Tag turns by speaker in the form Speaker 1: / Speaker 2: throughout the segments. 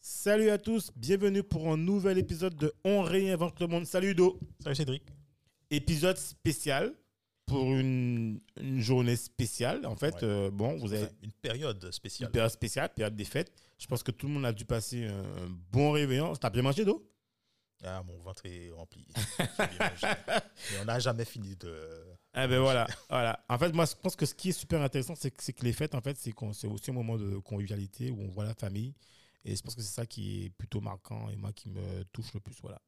Speaker 1: Salut à tous, bienvenue pour un nouvel épisode de On réinvente le monde. Salut Do.
Speaker 2: Salut Cédric.
Speaker 1: Épisode spécial pour une, une journée spéciale. En fait,
Speaker 2: Ouais.
Speaker 1: euh, bon, vous avez
Speaker 2: Une période
Speaker 1: une
Speaker 2: spéciale.
Speaker 1: période spéciale, période des fêtes. Je pense que tout le monde a dû passer un bon réveillon. T'as bien mangé Do
Speaker 2: Ah, mon ventre est rempli. J'ai bien mangé. Mais on n'a jamais fini de.
Speaker 1: Eh ben voilà, voilà. En fait, moi, je pense que ce qui est super intéressant, c'est que, c'est que les fêtes, en fait, c'est qu'on- c'est aussi un moment de convivialité où on voit la famille. Et je pense que c'est ça qui est plutôt marquant et moi qui me touche le plus. Voilà.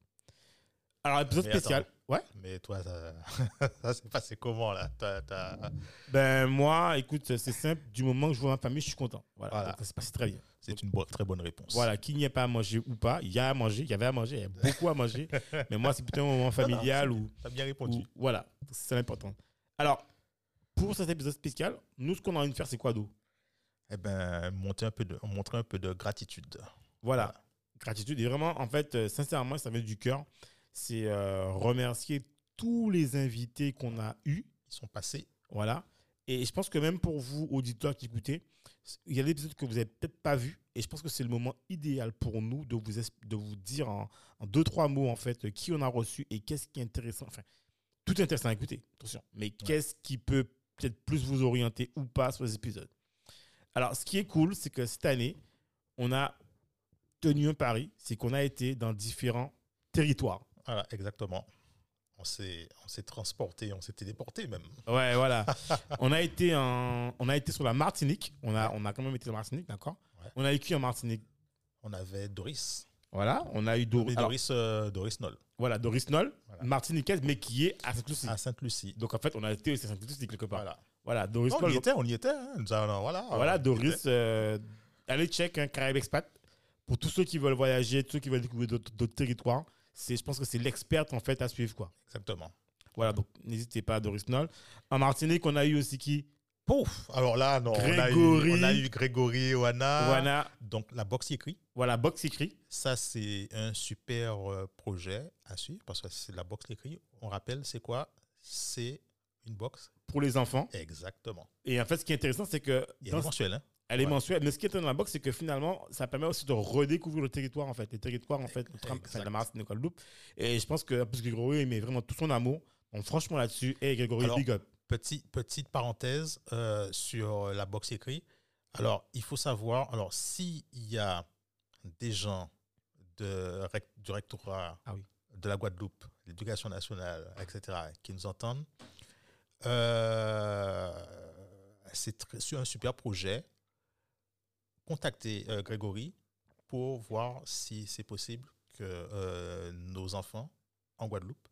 Speaker 1: Alors, épisode
Speaker 2: Mais
Speaker 1: spécial. Ouais.
Speaker 2: Mais toi, ça, ça s'est passé comment là T'as- t'as-
Speaker 1: Ben moi, écoute, c'est simple. Du moment que je vois ma famille, je suis content. Voilà.
Speaker 2: Voilà.
Speaker 1: Donc, Ça se passe très bien.
Speaker 2: C'est une bo- très bonne réponse.
Speaker 1: Voilà, qu'il n'y ait pas à manger ou pas, il y a à manger, il y avait à manger, il y a beaucoup à manger. mais moi, c'est plutôt un moment familial
Speaker 2: Non,
Speaker 1: où,
Speaker 2: T'as bien
Speaker 1: où-
Speaker 2: répondu.
Speaker 1: voilà, c'est l'important. Alors, pour cet épisode spécial, nous, ce qu'on a envie de faire, c'est quoi d'eau
Speaker 2: Eh ben, monter un peu de, montrer un peu de gratitude.
Speaker 1: Voilà, gratitude. Et vraiment, en fait, euh, sincèrement, ça vient du cœur. C'est euh, remercier tous les invités qu'on a eus.
Speaker 2: Ils sont passés.
Speaker 1: Voilà. Et je pense que même pour vous, auditeurs qui écoutez, il y a des épisodes que vous n'avez peut-être pas vus. Et je pense que c'est le moment idéal pour nous de vous, es- de vous dire en, en deux, trois mots, en fait, qui on a reçu et qu'est-ce qui est intéressant. Enfin, tout est intéressant à écouter, attention. Mais qu'est-ce qui peut peut-être plus vous orienter ou pas sur les épisodes. Alors, ce qui est cool, c'est que cette année, on a tenu un pari. C'est qu'on a été dans différents territoires.
Speaker 2: Voilà, exactement. On s'est, on s'est transporté, on s'est téléporté même.
Speaker 1: Ouais, voilà. on, a été en, on a été sur la Martinique. On a, on a quand même été en Martinique, d'accord
Speaker 2: Ouais.
Speaker 1: On a vécu en Martinique.
Speaker 2: On avait Doris.
Speaker 1: Voilà. On a eu Dor-
Speaker 2: Mais
Speaker 1: alors,
Speaker 2: Doris, euh, Doris Noll
Speaker 1: voilà, Doris Noll,
Speaker 2: Voilà.
Speaker 1: martiniquaise, mais qui est à Sainte-Lucie.
Speaker 2: à Sainte-Lucie.
Speaker 1: Donc, en fait, on a été aussi à Sainte-Lucie quelque part. Voilà,
Speaker 2: Voilà.
Speaker 1: Doris
Speaker 2: Non, on
Speaker 1: Noll.
Speaker 2: y était, on y était. hein. Nous allons- voilà,
Speaker 1: Voilà,
Speaker 2: on y était.
Speaker 1: Doris, euh, allez check un Caraïbes Expat. Pour tous ceux qui veulent voyager, tous ceux qui veulent découvrir d'autres d'autres territoires, c'est, je pense que c'est l'experte, en fait, à suivre, quoi.
Speaker 2: Exactement.
Speaker 1: Voilà, donc n'hésitez pas, Doris Noll. En Martinique, on a eu aussi qui
Speaker 2: Pouf Alors là, non,
Speaker 1: Grégory.
Speaker 2: on a eu, on a eu Grégory, Oana.
Speaker 1: Voilà,
Speaker 2: Donc la boxe écrit,
Speaker 1: voilà, Box écrit.
Speaker 2: ça c'est un super euh, projet à suivre parce que c'est la boxe écrit. On rappelle, c'est quoi C'est une boxe.
Speaker 1: Pour les enfants.
Speaker 2: Exactement.
Speaker 1: Et en fait, ce qui est intéressant, c'est que
Speaker 2: Il y a
Speaker 1: dans-
Speaker 2: des mensuels, hein
Speaker 1: elle est
Speaker 2: ouais.
Speaker 1: mensuelle. Mais ce qui est intéressant dans la boxe, c'est que finalement, ça permet aussi de redécouvrir le territoire, en fait, les territoires, en fait, entre-
Speaker 2: Exact.
Speaker 1: enfin, la Martinique, la Guadeloupe. Et je pense que, parce que Grégory, il met vraiment tout son amour. Donc, franchement, là-dessus, hey, Grégory,
Speaker 2: Alors,
Speaker 1: big up.
Speaker 2: Petit- petite parenthèse euh, sur la boxe écrit. Alors, il faut savoir, alors s'il y a des gens de, rec- du rectorat
Speaker 1: Ah oui.
Speaker 2: de la Guadeloupe, l'éducation nationale, etc., qui nous entendent, euh, c'est tr- sur un super projet. Contactez euh, Grégory pour voir si c'est possible que euh, nos enfants en Guadeloupe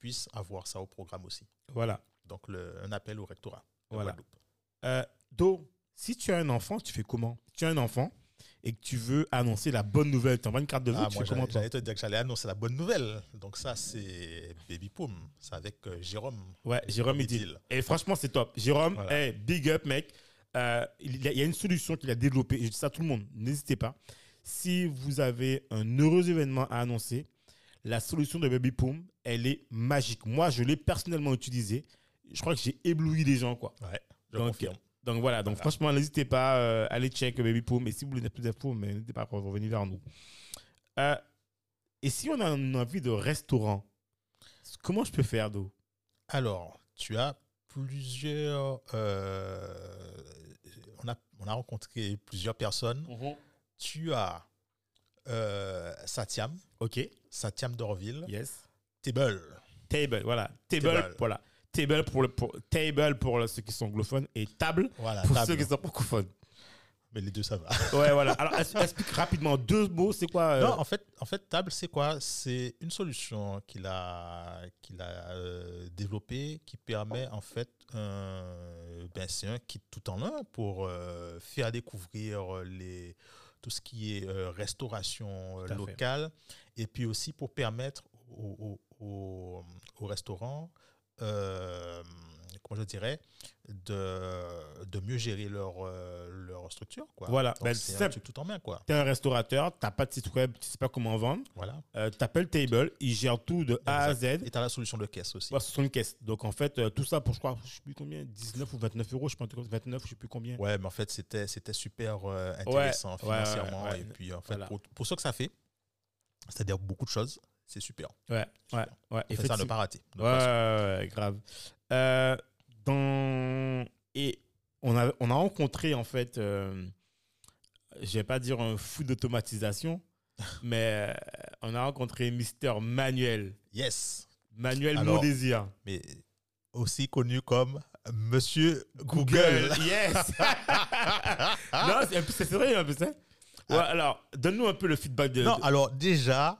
Speaker 2: puissent avoir ça au programme aussi.
Speaker 1: Voilà.
Speaker 2: Donc, le- un appel au rectorat. de
Speaker 1: Voilà.
Speaker 2: Guadeloupe.
Speaker 1: Euh, Do, si tu as un enfant, tu fais comment Tu as un enfant et que tu veux annoncer la bonne nouvelle, tu envoies une carte de vœux,
Speaker 2: Ah,
Speaker 1: tu
Speaker 2: moi,
Speaker 1: fais comment
Speaker 2: j'allais
Speaker 1: toi
Speaker 2: j'allais te dire que j'allais annoncer la bonne nouvelle. Donc, ça, c'est Baby Poum. C'est avec euh, Jérôme.
Speaker 1: Ouais, Jérôme il dit. Et franchement, c'est top. Jérôme,
Speaker 2: Voilà.
Speaker 1: hey, big up, mec. Euh, il, y a, il y a une solution qu'il a développée. Je dis ça à tout le monde. N'hésitez pas. Si vous avez un heureux événement à annoncer, la solution de Baby Poom, elle est magique. Moi, je l'ai personnellement utilisée. Je crois que j'ai ébloui les gens, quoi.
Speaker 2: Ouais, je
Speaker 1: Donc,
Speaker 2: confirme.
Speaker 1: Donc voilà, donc franchement, n'hésitez pas, euh, allez check Baby Poom. Et si vous voulez plus d'infos, mais n'hésitez pas à revenir vers nous. Euh, et si on a une envie de restaurant, comment je peux faire, Do
Speaker 2: Alors, tu as plusieurs. euh, on, a, on a rencontré plusieurs personnes. Tu as euh, Satiam,
Speaker 1: Ok,
Speaker 2: Satiam d'Orville,
Speaker 1: yes.
Speaker 2: Table.
Speaker 1: Table, voilà. Table,
Speaker 2: Table.
Speaker 1: voilà. Table pour, le, pour, table pour le- ceux qui sont anglophones et table
Speaker 2: Voilà,
Speaker 1: pour
Speaker 2: Ah, table.
Speaker 1: ceux qui sont francophones.
Speaker 2: Mais les deux, ça va.
Speaker 1: Ouais, voilà. Alors, ex- explique rapidement en deux mots, c'est quoi euh,
Speaker 2: Non, en fait, en fait, Table, c'est quoi C'est une solution qu'il a, qu'il a euh, développée qui permet, en fait, un- ben, c'est un kit tout en un pour euh, faire découvrir les, tout ce qui est euh, restauration
Speaker 1: Tout
Speaker 2: euh,
Speaker 1: à fait.
Speaker 2: locale, et puis aussi pour permettre aux au, au, au restaurants, euh, comment je dirais, de, de mieux gérer leur, euh, leur structure. Quoi.
Speaker 1: Voilà.
Speaker 2: Donc,
Speaker 1: Ben,
Speaker 2: c'est
Speaker 1: simple.
Speaker 2: un truc tout en main, quoi.
Speaker 1: T'es un restaurateur, t'as pas de site web, tu sais pas comment vendre.
Speaker 2: Voilà.
Speaker 1: Euh, T'appelles Table, ils gèrent tout de A à Z.
Speaker 2: Et tu as la solution de caisse aussi.
Speaker 1: Ouais, ce sont une caisse. Donc en fait, euh, tout ça pour je crois, je sais plus combien, 19 ou 29 euros, je pense, 29, je sais plus combien.
Speaker 2: Ouais, mais en fait, c'était, c'était super euh, intéressant
Speaker 1: ouais, ouais,
Speaker 2: financièrement.
Speaker 1: ouais.
Speaker 2: Et puis, en fait,
Speaker 1: Voilà.
Speaker 2: pour, pour ce que ça fait, c'est-à-dire beaucoup de choses, c'est super.
Speaker 1: Ouais, ouais, ouais.
Speaker 2: Et ça, ne
Speaker 1: effectivement.
Speaker 2: pas rater.
Speaker 1: Ouais,
Speaker 2: Donc,
Speaker 1: ouais,
Speaker 2: voilà.
Speaker 1: ouais, ouais, grave. Euh, dans... Et on a, on a rencontré, en fait, euh, je vais pas dire un fou d'automatisation, mais euh, on a rencontré Mister Manuel.
Speaker 2: Yes.
Speaker 1: Manuel
Speaker 2: Alors,
Speaker 1: Mondésir.
Speaker 2: Mais aussi connu comme Monsieur Google.
Speaker 1: Yes Non, c'est c'est sérieux un peu ça. Ouais, alors, donne-nous un peu le feedback de.
Speaker 2: Ah. Non,
Speaker 1: Euh, de-
Speaker 2: alors déjà,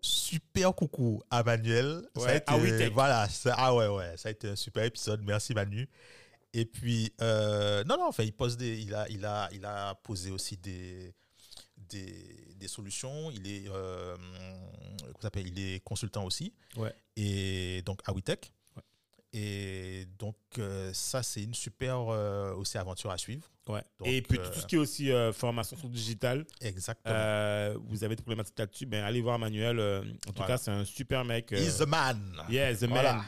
Speaker 2: super coucou à Manuel. Ça a
Speaker 1: Ouais, à
Speaker 2: été-
Speaker 1: WeTech.
Speaker 2: voilà, ça, ah ouais, ouais, ça a été un super épisode. Merci Manu. Et puis, euh, non, non, enfin, il, pose des, il, a, il, a, il a posé aussi des, des, des solutions. Il est, euh, comment ça s'appelle il est consultant aussi.
Speaker 1: Ouais.
Speaker 2: Et donc, à WeTech.
Speaker 1: Ouais.
Speaker 2: Et donc, euh, ça, c'est une super euh, aussi aventure à suivre.
Speaker 1: Ouais.
Speaker 2: Donc,
Speaker 1: Et puis
Speaker 2: euh,
Speaker 1: tout ce qui est aussi euh, formation sur le digital,
Speaker 2: Exactement.
Speaker 1: euh, vous avez des problématiques là-dessus, ben, allez voir Manuel. euh, en tout
Speaker 2: Voilà.
Speaker 1: cas, c'est un super mec. euh,
Speaker 2: He's the man.
Speaker 1: Yeah, the man.
Speaker 2: Ah, Voilà.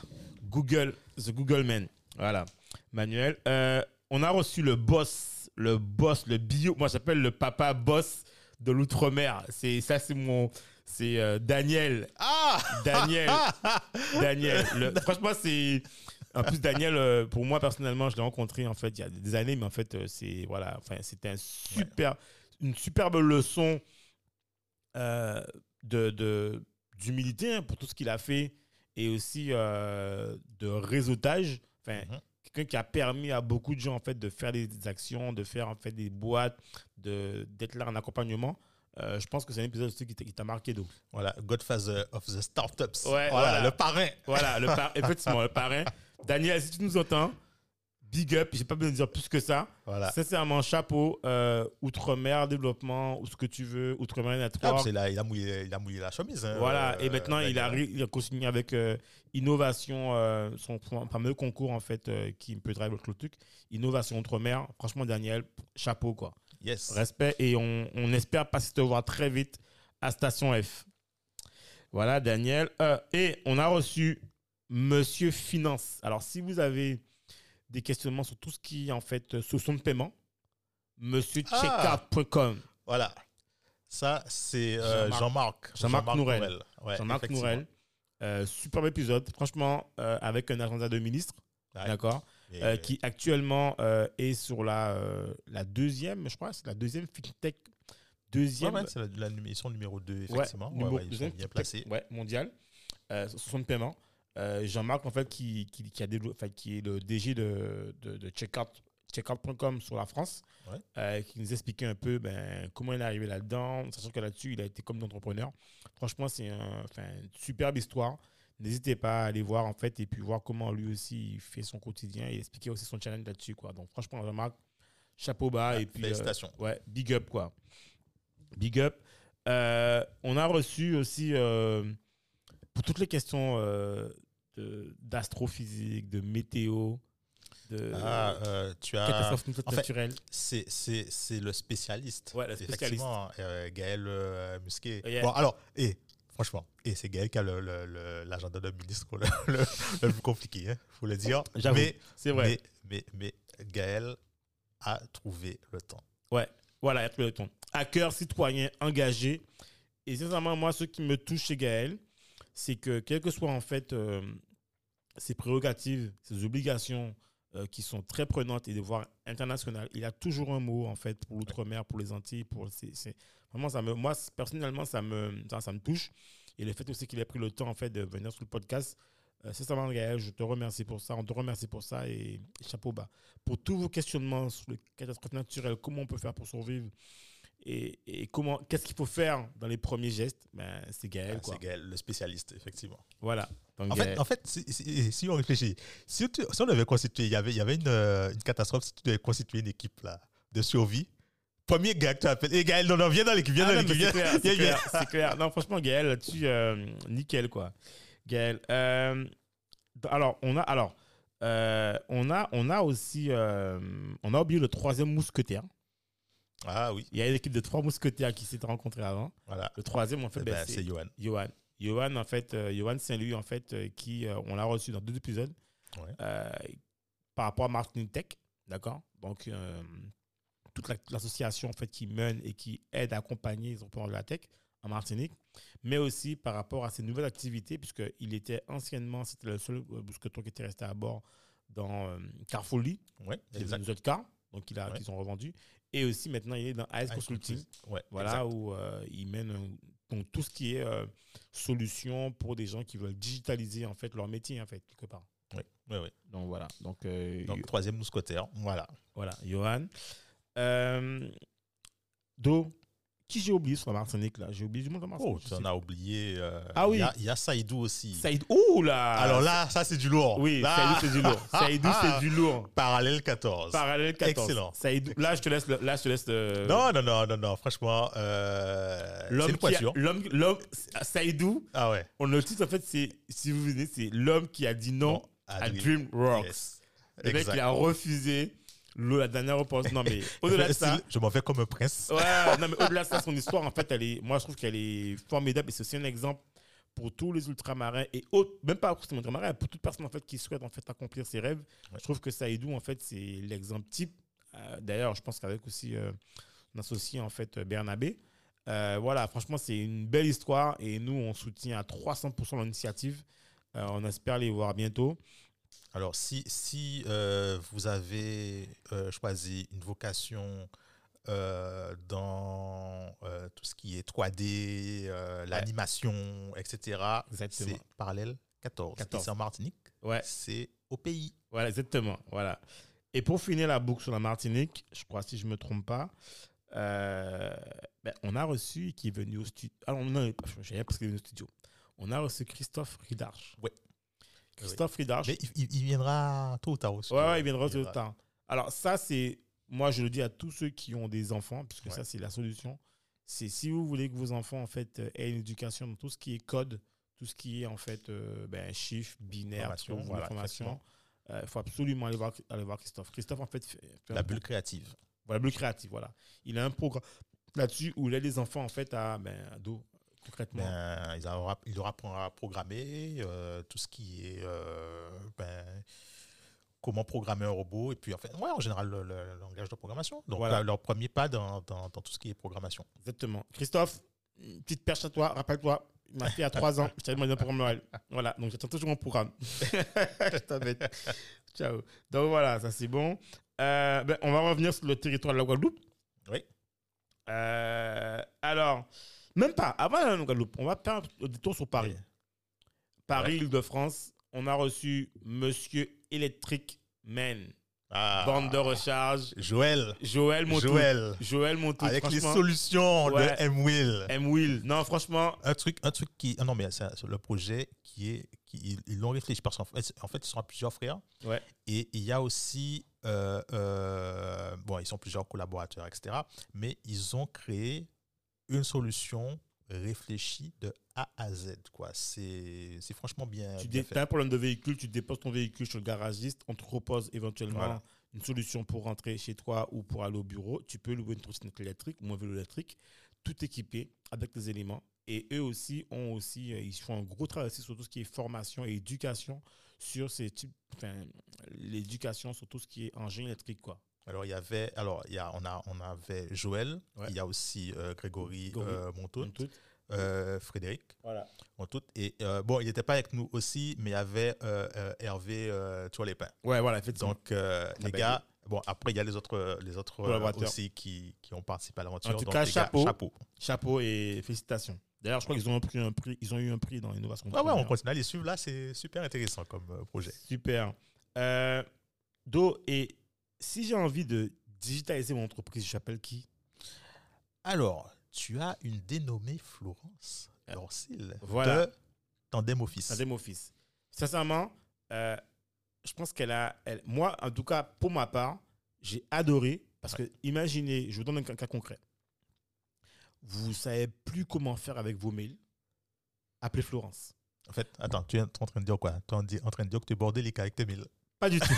Speaker 1: Google, the Google man. Voilà, Manuel. Euh, on a reçu le boss, le boss, le bio. Moi, j'appelle le papa boss de l'outre-mer. C'est ça, c'est mon, c'est euh, Daniel,
Speaker 2: Ah!
Speaker 1: Daniel, Daniel. Le- franchement, c'est. En plus, Daniel, euh, pour moi personnellement, je l'ai rencontré en fait il y a des années, mais en fait, euh, c'est voilà, enfin, c'était un super, une superbe leçon euh, de de- d'humilité hein, pour tout ce qu'il a fait et aussi euh, de réseautage. Enfin,
Speaker 2: Mhm.
Speaker 1: quelqu'un qui a permis à beaucoup de gens en fait de faire des actions, de faire en fait des boîtes, de d'être là en accompagnement. Euh, je pense que c'est un épisode aussi qui t'a- qui t'a marqué donc.
Speaker 2: Voilà, Godfather of the Startups.
Speaker 1: Ouais,
Speaker 2: voilà,
Speaker 1: voilà.
Speaker 2: le parrain.
Speaker 1: Voilà, le par... effectivement, le parrain. Daniel, si tu nous entends, big up. J'ai pas besoin de dire plus que ça.
Speaker 2: Voilà.
Speaker 1: Sincèrement, chapeau. euh, Outre-mer, développement, ou ce que tu veux. Outre-mer,
Speaker 2: Ah,
Speaker 1: network.
Speaker 2: parce que là, il, a mouillé, il a mouillé la chemise. hein,
Speaker 1: voilà.
Speaker 2: euh,
Speaker 1: Et maintenant, il a,
Speaker 2: d'ailleurs.
Speaker 1: ri- il a continué avec euh, Innovation, euh, son point- fameux concours, en fait, euh, qui peut driver le truc. Innovation Outre-mer. Franchement, Daniel, chapeau, quoi.
Speaker 2: Yes.
Speaker 1: Respect et on, on espère passer te voir très vite à Station F. Voilà, Daniel. Euh, et on a reçu Monsieur Finance. Alors, si vous avez des questionnements sur tout ce qui est en fait euh, solution de paiement,
Speaker 2: Ah.
Speaker 1: monsieurcheckout.com.
Speaker 2: Voilà. Ça, c'est euh, Jean-Marc.
Speaker 1: Jean-Marc Nourel.
Speaker 2: Ouais,
Speaker 1: Jean-Marc
Speaker 2: effectivement.
Speaker 1: Nourel. Euh, superbe épisode, franchement, euh, avec un agenda de ministre,
Speaker 2: Ouais.
Speaker 1: d'accord,
Speaker 2: Et-
Speaker 1: euh, qui actuellement euh, est sur la, euh, la deuxième, je crois, c'est la deuxième fintech,
Speaker 2: Ouais,
Speaker 1: deuxième
Speaker 2: ouais, c'est la, la numé- ils sont numéro 2,
Speaker 1: Ouais,
Speaker 2: effectivement. Ouais,
Speaker 1: numéro
Speaker 2: ouais, ils sont
Speaker 1: deuxième,
Speaker 2: bien
Speaker 1: tech-
Speaker 2: placés.
Speaker 1: Ouais, mondial. Euh, son de paiement. Euh, Jean-Marc, en fait, qui, qui, qui a dévelop- enfin, qui est le DG de, de, de Checkout, Checkout.com sur la France,
Speaker 2: Ouais.
Speaker 1: euh, qui nous expliquait un peu ben, comment il est arrivé là-dedans, sachant que là-dessus, il a été comme d'entrepreneur. Franchement, c'est un- enfin, une superbe histoire. N'hésitez pas à aller voir, en fait, et puis voir comment lui aussi il fait son quotidien et expliquer aussi son challenge là-dessus. quoi. Donc, franchement, Jean-Marc, chapeau bas. et puis, euh,
Speaker 2: Ah, Félicitations.
Speaker 1: Ouais, big up, quoi. Big up. Euh, on a reçu aussi, euh, pour toutes les questions euh, de- d'astrophysique, de, météo, de
Speaker 2: Ah, euh, tu as.
Speaker 1: catastrophes
Speaker 2: en fait-
Speaker 1: naturelles.
Speaker 2: C'est, c'est, c'est le spécialiste.
Speaker 1: Ouais, le spécialiste. Oh,
Speaker 2: Effectivement, euh, Gaël euh, Musquet.
Speaker 1: Yeah.
Speaker 2: Bon, alors, et, franchement, et c'est Gaël qui a le- le- le- l'agenda de ministre le, le- le plus compliqué, il faut le dire.
Speaker 1: J'avoue.
Speaker 2: Mais
Speaker 1: C'est vrai.
Speaker 2: Mais, mais, mais Gaël a trouvé le temps.
Speaker 1: Voilà, être le ton. Hacker, citoyen, engagé. Et sincèrement, moi, ce qui me touche chez Gaël, c'est que, quelles que soient en fait euh, ses prérogatives, ses obligations, euh, qui sont très prenantes et devoirs internationaux, il a toujours un mot, en fait, pour l'outre-mer, pour les Antilles. Pour, c'est- c'est- Vraiment, ça me, moi, c- personnellement, ça me, ça, ça me touche. Et le fait aussi qu'il ait pris le temps, en fait, de venir sur le podcast. euh, sincèrement, Gaël, je te remercie pour ça. On te remercie pour ça et chapeau bas pour tous vos questionnements sur les catastrophes naturelles, comment on peut faire pour survivre et, et comment, qu'est-ce qu'il faut faire dans les premiers gestes, ben, c'est Gaël.
Speaker 2: Ah,
Speaker 1: quoi.
Speaker 2: c'est Gaël, le spécialiste, effectivement.
Speaker 1: Voilà. Donc,
Speaker 2: En
Speaker 1: Gaël.
Speaker 2: fait, en fait si, si- si on réfléchit, si, tu- si on devait constituer, il y avait, il y avait une, euh, une catastrophe, si tu devais constituer une équipe là, de survie, Premier gars que tu appelles. Et Gaël, non, non, viens dans l'équipe, viens
Speaker 1: Ah
Speaker 2: dans
Speaker 1: non, mais
Speaker 2: l'équipe.
Speaker 1: c'est
Speaker 2: viens.
Speaker 1: clair, c'est
Speaker 2: viens, viens.
Speaker 1: clair, c'est clair. Non, franchement, Gaël, là-dessus, euh, nickel, quoi. Gaël. euh, dans- alors, on a, alors, euh, on a, on a aussi, euh, on a oublié le troisième mousquetaire.
Speaker 2: Ah oui,
Speaker 1: Il y a une équipe de trois mousquetaires qui s'étaient rencontrés avant.
Speaker 2: voilà.
Speaker 1: Le troisième, en fait,
Speaker 2: Eh
Speaker 1: ben,
Speaker 2: ben,
Speaker 1: c'est
Speaker 2: c'est Johan.
Speaker 1: Johan. Johan, en fait, euh, Johan Saint-Louis, en fait, euh, qui, euh, on l'a reçu dans deux épisodes
Speaker 2: Ouais.
Speaker 1: euh, par rapport à Martin Tech, d'accord Donc, euh, toute la- l'association, en fait, qui mène et qui aide à accompagner les employeurs de la tech en Martinique, mais aussi par rapport à ses nouvelles activités, puisqu'il était anciennement, c'était le seul euh, mousqueton qui était resté à bord dans euh, Carfoli,
Speaker 2: Ouais,
Speaker 1: qui est
Speaker 2: exact.
Speaker 1: devenu Zotcar, donc il a,
Speaker 2: Ouais.
Speaker 1: qu'ils ont revendu. Et aussi, maintenant, il est dans AS
Speaker 2: Ah,
Speaker 1: Consulting.
Speaker 2: Ouais,
Speaker 1: Voilà,
Speaker 2: exact.
Speaker 1: où euh, ils mènent euh, donc, tout ce qui est euh, solution pour des gens qui veulent digitaliser en fait leur métier en fait quelque part.
Speaker 2: Ouais, ouais, ouais.
Speaker 1: Donc voilà. Donc, euh,
Speaker 2: Donc, troisième mousquetaire. Voilà.
Speaker 1: voilà, Johan. Euh, Do, qui j'ai oublié sur la Martinique là J'ai oublié du monde en Martinique.
Speaker 2: Oh, tu en as oublié. euh,
Speaker 1: Ah oui.
Speaker 2: Il y a- il y, a Saïdou aussi.
Speaker 1: Saïd, ouh là
Speaker 2: Alors là, ça, c'est du lourd.
Speaker 1: oui,
Speaker 2: Là,
Speaker 1: Saïdou c'est du lourd. Saïdou c'est du lourd.
Speaker 2: Parallèle 14.
Speaker 1: Parallèle 14.
Speaker 2: Excellent.
Speaker 1: Saïdou, là je te laisse, le- là je te laisse. le-
Speaker 2: Non, non, non, non, non. Franchement, euh, c'est
Speaker 1: L'homme
Speaker 2: une
Speaker 1: qui a-
Speaker 2: voiture.
Speaker 1: l'homme, l'homme, Saïdou.
Speaker 2: Ah ouais.
Speaker 1: On le titre en fait c'est, si vous venez, c'est l'homme qui a dit non à Dream Rocks.
Speaker 2: Yes.
Speaker 1: Le mec,
Speaker 2: Exact.
Speaker 1: il a refusé le- la dernière réponse. Non, mais au-delà de ça.
Speaker 2: Je m'en vais comme un prince.
Speaker 1: Ouais, non, mais au-delà de ça, son histoire, en fait, elle est, moi, je trouve qu'elle est formidable et c'est aussi un exemple pour tous les ultramarins et autres, même pas pour les ultramarins, pour toute personne, en fait, qui souhaite, en fait, accomplir ses rêves.
Speaker 2: Ouais.
Speaker 1: Je trouve que Saïdou, en fait, c'est l'exemple type. Euh, D'ailleurs, je pense qu'avec aussi euh, mon associé, en fait, euh, Bernabé. Euh, voilà, franchement, c'est une belle histoire et nous, on soutient à 300% l'initiative. Euh, on espère les voir bientôt.
Speaker 2: Alors, si, si euh, vous avez euh, choisi une vocation euh, dans euh, tout ce qui est 3D, euh, l'animation, etc.,
Speaker 1: Exactement.
Speaker 2: c'est parallèle 14.
Speaker 1: 14.
Speaker 2: Et c'est en Martinique,
Speaker 1: Ouais.
Speaker 2: c'est au pays.
Speaker 1: Voilà, exactement. Voilà. Et pour finir la boucle sur la Martinique, je crois, si je ne me trompe pas, euh, ben, on a reçu, qui est venu au studio. Ah non, non, je sais rien parce qu'il est venu au studio. On a reçu Christophe Ridarche.
Speaker 2: Ouais.
Speaker 1: Christophe Ridarche.
Speaker 2: Mais il, il- il viendra tôt ou tard aussi.
Speaker 1: Ah, Ouais, ouais, il viendra tout le temps. Alors, ça, c'est. Moi, je le dis à tous ceux qui ont des enfants, puisque
Speaker 2: Ouais.
Speaker 1: ça, c'est la solution. C'est si vous voulez que vos enfants, en fait, euh, aient une éducation dans tout ce qui est code, tout ce qui est, en fait, euh, ben, chiffres, binaire,
Speaker 2: Formation, voilà,
Speaker 1: formation. euh, Il faut absolument aller voir, aller voir Christophe. Christophe, en fait, fait, fait un
Speaker 2: La bulle créative.
Speaker 1: voilà, Bleu Créatif, voilà. Il a un programme là-dessus où il aide les enfants, en fait, à ben, dos, concrètement.
Speaker 2: Ben, il, aura, il leur apprendra à programmer euh, tout ce qui est euh, ben, comment programmer un robot et puis en fait, ouais, en général le, le langage de programmation. Donc
Speaker 1: Voilà.
Speaker 2: euh, leur premier pas dans, dans- dans tout ce qui est programmation.
Speaker 1: Exactement. Christophe, une petite perche à toi, rappelle-toi. Ma fille a 3 ans, je t'avais demandé un programme Noël. Voilà, donc j'attends toujours mon programme. je t'embête. Ciao. Donc voilà, ça c'est bon. Euh, ben, on va revenir sur le territoire de la Guadeloupe.
Speaker 2: Oui.
Speaker 1: Euh, alors, même pas, avant d'aller en Guadeloupe, on va faire un détour sur Paris.
Speaker 2: Oui.
Speaker 1: Paris, Île-de-France, on a reçu Monsieur Electric Man.
Speaker 2: Ah,
Speaker 1: Bande de recharge.
Speaker 2: Joël,
Speaker 1: Joël Montou. Joël,
Speaker 2: Joël,
Speaker 1: Montou.
Speaker 2: avec les
Speaker 1: franchement.
Speaker 2: solutions
Speaker 1: Ouais.
Speaker 2: de M-Will.
Speaker 1: M. Will. Non, franchement,
Speaker 2: Un truc, un truc qui. ah non, mais c'est c'est le projet qui est. Qui, ils- ils l'ont réfléchi parce qu'en fait, en fait, ils sont à plusieurs frères.
Speaker 1: Ouais.
Speaker 2: Et il y a aussi. euh, euh, bon, ils sont plusieurs collaborateurs, etc. Mais ils ont créé une solution réfléchie de A à Z. quoi. C'est c'est franchement bien.
Speaker 1: tu
Speaker 2: Ah, bien
Speaker 1: dé-
Speaker 2: fait.
Speaker 1: t'as un problème de véhicule, tu déposes ton véhicule chez le garagiste, on te propose éventuellement
Speaker 2: Voilà.
Speaker 1: une solution pour rentrer chez toi ou pour aller au bureau. Tu peux louer une trottinette électrique ou un vélo électrique, tout équipé avec les éléments. Et eux aussi ont aussi, euh, ils font un gros travail aussi sur tout ce qui est formation et éducation sur ces types, enfin, l'éducation sur tout ce qui est engin électrique, quoi.
Speaker 2: Alors, il y avait. Alors, il y a, on, a, on avait Joël.
Speaker 1: Ouais.
Speaker 2: Il y a aussi euh, Grégory
Speaker 1: Grégory.
Speaker 2: euh, Montaute,
Speaker 1: Donc, tout-
Speaker 2: euh, Frédéric.
Speaker 1: Voilà.
Speaker 2: en tout. Et euh, bon, il n'était pas avec nous aussi, mais il y avait euh, euh, Hervé euh, Tourlépin.
Speaker 1: Ouais, voilà, effectivement.
Speaker 2: Donc, euh, les
Speaker 1: ben,
Speaker 2: gars, bon, après, il y a les autres, euh, les autres euh,
Speaker 1: Collaborateurs.
Speaker 2: aussi qui, qui ont participé à l'aventure.
Speaker 1: En tout
Speaker 2: Donc,
Speaker 1: cas,
Speaker 2: les gars,
Speaker 1: chapeau.
Speaker 2: chapeau.
Speaker 1: Chapeau et félicitations. D'ailleurs, je crois qu'ils ont, un prix- un prix- ils ont eu un prix dans l'innovation.
Speaker 2: Ah Ouais, ouais, on
Speaker 1: première.
Speaker 2: continue à les suivre. Là, c'est super intéressant comme euh, projet.
Speaker 1: Super. Euh, Do, et si j'ai envie de digitaliser mon entreprise, j'appelle qui
Speaker 2: Alors, tu as une dénommée Florence Dorcil
Speaker 1: Voilà.
Speaker 2: de Tandem Office.
Speaker 1: Tandem Office. Sincèrement, euh, je pense qu'elle a. elle- moi, en tout cas, pour ma part, j'ai adoré Parce que imaginez, je vous donne un cas, cas concret. Vous savez plus comment faire avec vos mails. Appelez Florence.
Speaker 2: En fait, attends, tu es en train de dire quoi Tu es en di- en train de dire que tu es bordélique avec tes mails.
Speaker 1: Pas du tout.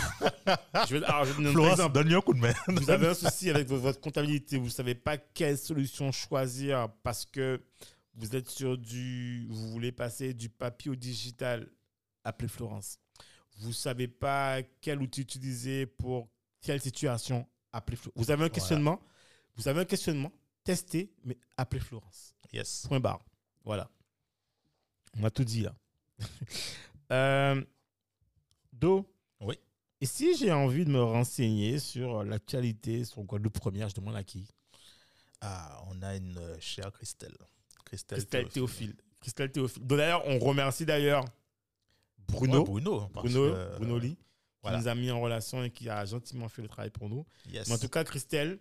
Speaker 1: je vais, alors, je vais donner un
Speaker 2: Florence,
Speaker 1: exemple.
Speaker 2: donne-lui un coup de main.
Speaker 1: vous avez un souci avec vo- votre comptabilité, vous ne savez pas quelle solution choisir parce que vous êtes sur du. Vous voulez passer du papier au digital, appelez Florence. Vous ne savez pas quel outil utiliser pour quelle situation, appelez Florence. Vous avez un questionnement, vous avez un questionnement, testez, mais appelez Florence.
Speaker 2: Yes.
Speaker 1: Point barre. Voilà. On a tout dit là. Euh, Do.
Speaker 2: Oui.
Speaker 1: Et si j'ai envie de me renseigner sur l'actualité sur Guadeloupe première, je demande à qui
Speaker 2: Ah, on a une euh, chère Christelle. Christelle,
Speaker 1: Christelle Théophile. Christelle Théophile. Donc, D'ailleurs, on remercie d'ailleurs Bruno.
Speaker 2: Ouais, Bruno. parce
Speaker 1: Bruno,
Speaker 2: que,
Speaker 1: Bruno Lee, qui
Speaker 2: voilà.
Speaker 1: nous a mis en relation et qui a gentiment fait le travail pour nous.
Speaker 2: euh, Yes.
Speaker 1: Mais en tout cas, Christelle,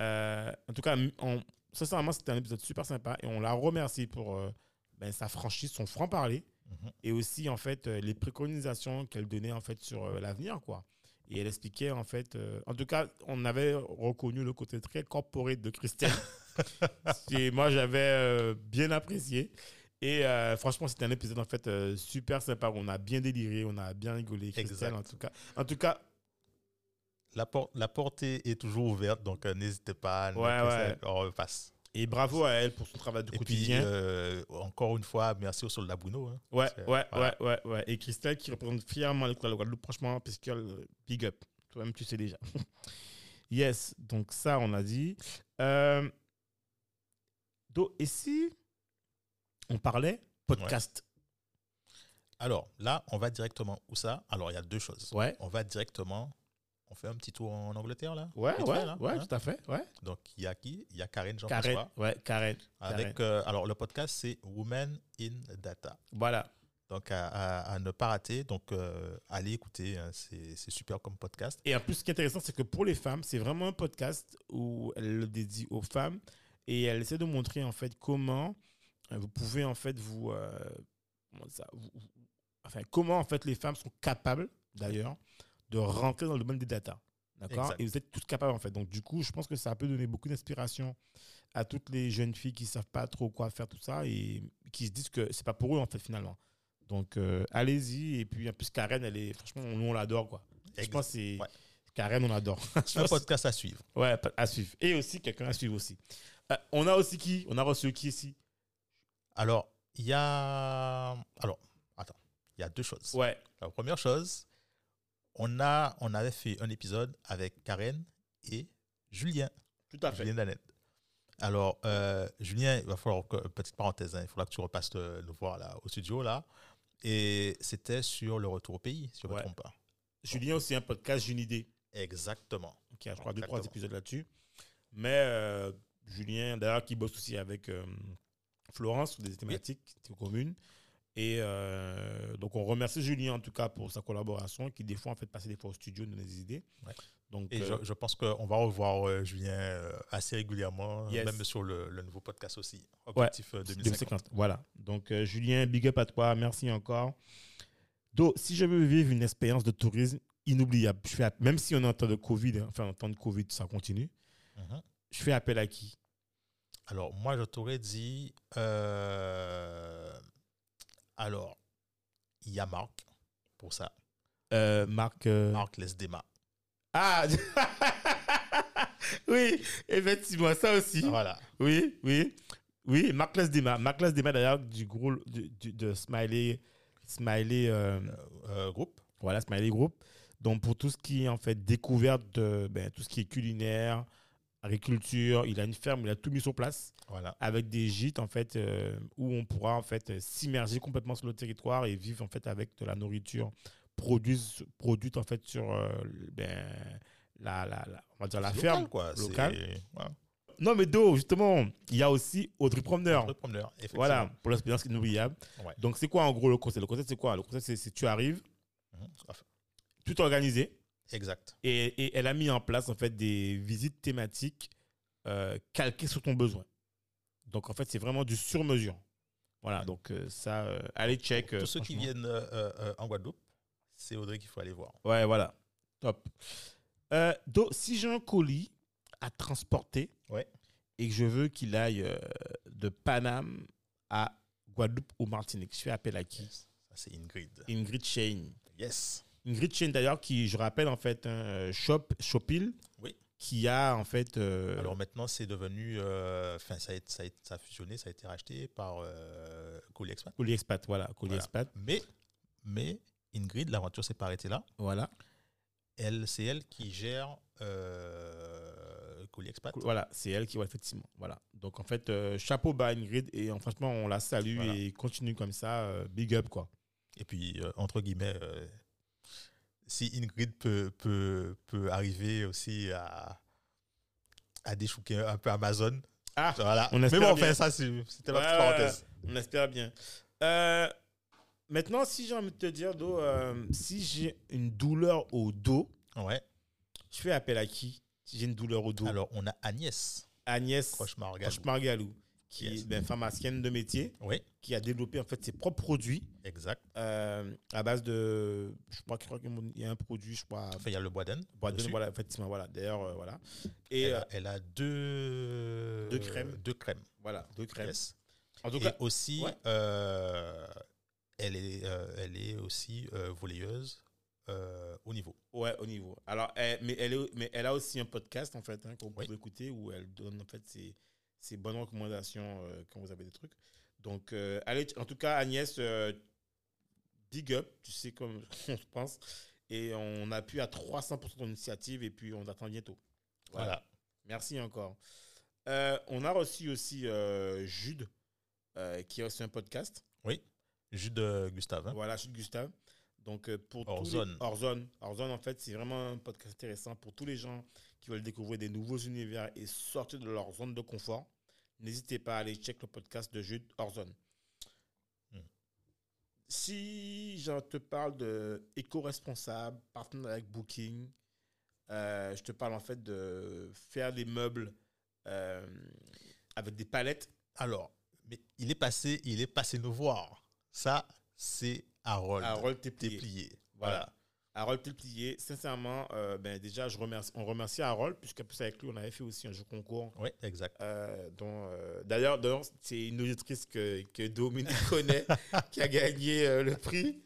Speaker 1: euh, en tout cas, on- sincèrement, c'était un épisode super sympa et on la remercie pour euh, ben, sa franchise, son franc-parler
Speaker 2: Mhm.
Speaker 1: et aussi, en fait, euh, les préconisations qu'elle donnait, en fait, sur euh, l'avenir, quoi. Et elle expliquait, en fait, euh, en tout cas, on avait reconnu le côté très corporate de Christelle. et moi, j'avais euh, bien apprécié. Et euh, franchement, c'était un épisode en fait euh, super sympa. On a bien déliré, on a bien rigolé. Christelle,
Speaker 2: Exact.
Speaker 1: en tout cas, en tout cas,
Speaker 2: la, por- la portée est toujours ouverte, donc euh, n'hésitez pas.
Speaker 1: Ouais, ouais.
Speaker 2: Christelle, On repasse.
Speaker 1: Et bravo à elle pour son travail du
Speaker 2: Et puis,
Speaker 1: quotidien.
Speaker 2: euh, encore une fois, merci au soldat Bruno. hein.
Speaker 1: ouais,
Speaker 2: c'est-
Speaker 1: ouais,
Speaker 2: voilà.
Speaker 1: ouais, ouais, ouais. Et Christelle qui représente fièrement le Kuala Guadeloupe, franchement, parce que euh, big up. Toi-même, tu sais déjà. yes, donc ça, on a dit. Euh, Do, et si on parlait podcast
Speaker 2: Alors, là, on va directement. Où ça Alors, il y a deux choses.
Speaker 1: Ouais,
Speaker 2: On va directement. On fait un petit tour en Angleterre, là
Speaker 1: ouais, ouais,
Speaker 2: Vite
Speaker 1: ouais,
Speaker 2: fait, là, hein.
Speaker 1: tout à fait. Ouais.
Speaker 2: Donc, il y a qui Il y a Karen
Speaker 1: Karen,
Speaker 2: Jean-François.
Speaker 1: ouais, Karen.
Speaker 2: Avec, euh, alors, le podcast, c'est Women in Data.
Speaker 1: Voilà.
Speaker 2: Donc, à, à- à ne pas rater. Donc, euh, allez écouter. hein, c'est c'est super comme podcast.
Speaker 1: Et en plus, ce qui est intéressant, c'est que pour les femmes, c'est vraiment un podcast où elle le dédie aux femmes et elle essaie de montrer en fait comment euh, vous pouvez en fait vous, euh, comment ça, vous- vous- enfin comment en fait les femmes sont capables d'ailleurs de rentrer dans le domaine des data. D'accord
Speaker 2: Exact.
Speaker 1: Et vous êtes toutes capables en fait. Donc du coup, je pense que ça peut donner beaucoup d'inspiration à toutes les jeunes filles qui savent pas trop quoi faire tout ça et qui se disent que c'est pas pour eux en fait finalement. Donc euh, allez-y et puis en plus Karen, elle est franchement nous on l'adore quoi. Je
Speaker 2: Exact.
Speaker 1: pense que c'est
Speaker 2: Ouais.
Speaker 1: Karen, on adore. Je
Speaker 2: Un
Speaker 1: pense-
Speaker 2: podcast à suivre.
Speaker 1: Ouais, pa- à suivre. Et aussi quelqu'un à suivre aussi. Euh, on a aussi qui On a reçu qui ici
Speaker 2: Alors, il y a. Alors, attends. Il y a deux choses.
Speaker 1: Ouais.
Speaker 2: La première chose, on, a, on avait fait un épisode avec Karen et Julien.
Speaker 1: Tout à
Speaker 2: Julien Danette. Alors, euh, Julien, il va falloir que, petite parenthèse, hein, il faudra que tu repasses te- le voir là, au studio là. Et c'était sur le retour au pays, si je ne
Speaker 1: Ouais.
Speaker 2: me trompe pas.
Speaker 1: Julien aussi un podcast, j'ai une idée.
Speaker 2: Exactement.
Speaker 1: Qui a, je crois, deux,
Speaker 2: Exactement.
Speaker 1: trois épisodes là-dessus. Mais euh, Julien, d'ailleurs, qui bosse aussi avec euh, Florence sur des thématiques communes. Et euh, donc, on remercie Julien en tout cas pour sa collaboration, qui des fois, en fait, passer des fois au studio, nous donner des idées.
Speaker 2: Ouais.
Speaker 1: Donc,
Speaker 2: Et
Speaker 1: euh,
Speaker 2: je, je pense qu'on va revoir euh, Julien euh, assez régulièrement,
Speaker 1: Yes.
Speaker 2: même sur le, le nouveau podcast aussi. Objectif euh, 2050.
Speaker 1: 2050. Voilà. Donc, euh, Julien, big up à toi. Merci encore. Do, si je veux vivre une expérience de tourisme inoubliable, je fais app- même si on est en temps de Covid, hein, enfin en temps de Covid, ça continue,
Speaker 2: Mhm.
Speaker 1: je fais appel à qui
Speaker 2: Alors, moi, je t'aurais dit. euh, alors, il y a Marc pour ça.
Speaker 1: Euh, Marc. euh,
Speaker 2: Marc Lesdema.
Speaker 1: Ah Oui, effectivement, ça aussi.
Speaker 2: Ah, Voilà.
Speaker 1: Oui, oui. Oui, Marc Lesdema. Marc Lesdema, d'ailleurs, du gros du- du- de Smiley. Smiley. euh,
Speaker 2: Euh, euh, groupe.
Speaker 1: Voilà, Smiley Group. Donc, pour tout ce qui est en fait découverte de ben, tout ce qui est culinaire, agriculture, il a une ferme, il a tout mis sur place
Speaker 2: Voilà.
Speaker 1: avec des gîtes en fait euh, où on pourra en fait euh, s'immerger complètement sur le territoire et vivre en fait avec de la nourriture produite, produite en fait sur euh, ben, la, la, la- on va dire la
Speaker 2: C'est
Speaker 1: ferme.
Speaker 2: local, quoi.
Speaker 1: locale.
Speaker 2: C'est- voilà.
Speaker 1: Non, mais d'eau, justement, il y a aussi Audrey Promeneur.
Speaker 2: Entrepreneur, effectivement.
Speaker 1: Voilà, pour l'expérience inoubliable.
Speaker 2: Ouais.
Speaker 1: Donc, c'est quoi en gros le concept Le concept, c'est quoi Le concept, c'est- c'est tu arrives,
Speaker 2: Mhm. Enfin,
Speaker 1: tout organisé.
Speaker 2: Exact.
Speaker 1: Et, et elle a mis en place en fait des visites thématiques euh, calquées sur ton besoin. Donc en fait, c'est vraiment du sur-mesure. Voilà, donc euh, ça, euh, allez check. euh,
Speaker 2: Tous ceux qui
Speaker 1: franchement.
Speaker 2: viennent euh, euh, euh, en Guadeloupe, c'est Audrey qu'il faut aller voir.
Speaker 1: Ouais, voilà. Top. Euh, donc, si j'ai un colis à transporter.
Speaker 2: Ouais.
Speaker 1: Et que je veux qu'il aille euh, de Paname à Guadeloupe ou Martinique. Je fais appel à qui
Speaker 2: Yes. Ça, c'est Ingrid.
Speaker 1: Ingrid Shane.
Speaker 2: Yes.
Speaker 1: Ingrid Shane, d'ailleurs, qui, je rappelle, en fait, hein, euh, Shop, Shopil,
Speaker 2: Oui.
Speaker 1: qui a, en fait. euh,
Speaker 2: Alors maintenant, c'est devenu. euh, Enfin, ça, a été- ça, a été- ça a fusionné, ça a été racheté par euh, Cooley Expat.
Speaker 1: Colis Expat, voilà. Colis
Speaker 2: Voilà.
Speaker 1: Expat,
Speaker 2: Mais, mais Ingrid, l'aventure s'est pas arrêtée là.
Speaker 1: voilà.
Speaker 2: Elle, c'est elle qui gère euh, Cooley Expat.
Speaker 1: Cool, Voilà, c'est elle qui voit effectivement. Voilà. Donc en fait, euh, chapeau bas Ingrid et euh, franchement, on la salue
Speaker 2: Voilà.
Speaker 1: et continue comme ça, euh, big up quoi.
Speaker 2: Et puis, euh, entre guillemets, euh, si Ingrid peut, peut, peut arriver aussi à, à déchouquer un peu Amazon.
Speaker 1: Ah,
Speaker 2: voilà.
Speaker 1: on
Speaker 2: Mais
Speaker 1: espère
Speaker 2: bon,
Speaker 1: bien.
Speaker 2: enfin, ça, c'est- c'était ma
Speaker 1: Ouais,
Speaker 2: petite
Speaker 1: ouais,
Speaker 2: parenthèse.
Speaker 1: On espère bien. Euh, maintenant, si j'ai envie de te dire, Do, euh, si j'ai une douleur au dos,
Speaker 2: Ouais.
Speaker 1: je fais appel à qui Si j'ai une douleur au dos,
Speaker 2: Alors, on a Agnès
Speaker 1: Agnès
Speaker 2: Cauchemar-Gargou.
Speaker 1: Cauchemar-Galou, qui
Speaker 2: Yes.
Speaker 1: est ben, pharmacienne de métier,
Speaker 2: Oui,
Speaker 1: qui a développé en fait ses propres produits
Speaker 2: exact.
Speaker 1: euh, à base de. Je crois, je crois qu'il y a un produit, je crois.
Speaker 2: Enfin, il y a le Boiden.
Speaker 1: Boîte de-
Speaker 2: dessus. Eh ben,
Speaker 1: voilà, effectivement, voilà. D'ailleurs, euh, voilà. Et
Speaker 2: elle,
Speaker 1: euh,
Speaker 2: a, elle a deux,
Speaker 1: Deux crèmes.
Speaker 2: Deux crèmes.
Speaker 1: Voilà, deux crèmes.
Speaker 2: yes.
Speaker 1: En tout
Speaker 2: Et
Speaker 1: cas,
Speaker 2: aussi,
Speaker 1: ouais.
Speaker 2: euh, elle, est, euh, elle est aussi euh, volleyeuse euh, au niveau.
Speaker 1: ouais, au niveau. Alors, elle, mais, elle est- mais elle a aussi un podcast, en fait, hein, qu'on
Speaker 2: Oui.
Speaker 1: peut écouter, où elle donne, en fait, ses, ses bonnes recommandations euh, quand vous avez des trucs. Donc, euh, allez, en tout cas, Agnès, euh, big up, tu sais comme on se pense. Et on appuie à 300% ton initiative, et puis on attend bientôt.
Speaker 2: Voilà.
Speaker 1: Merci encore. Euh, on a reçu aussi euh, Jude, euh, qui a aussi un podcast.
Speaker 2: Jude euh, Gustave. hein.
Speaker 1: Voilà, je suis Gustave. Donc, euh, pour
Speaker 2: Hors
Speaker 1: tous les-
Speaker 2: zone.
Speaker 1: hors zone. Hors zone, en fait, c'est vraiment un podcast intéressant pour tous les gens qui veulent découvrir des nouveaux univers et sortir de leur zone de confort. N'hésitez pas à aller check le podcast de Jude Hors zone.
Speaker 2: Hmm.
Speaker 1: Si je te parle de éco-responsable, partenaire avec Booking, euh, je te parle en fait de faire des meubles euh, avec des palettes.
Speaker 2: Alors, mais il est passé, il est passé nous voir. Ça, c'est Harold.
Speaker 1: Harold
Speaker 2: T'es
Speaker 1: Teplier.
Speaker 2: plié.
Speaker 1: Voilà.
Speaker 2: Voilà.
Speaker 1: Harold Telplier, sincèrement, euh, ben déjà, je remercie, on remercie Harold, puisque plus avec lui, on avait fait aussi un jeu concours.
Speaker 2: Oui, exact.
Speaker 1: euh, dont, euh, D'ailleurs, d'ailleurs, c'est une auditrice que, que Dominique connaît qui a gagné euh, le prix.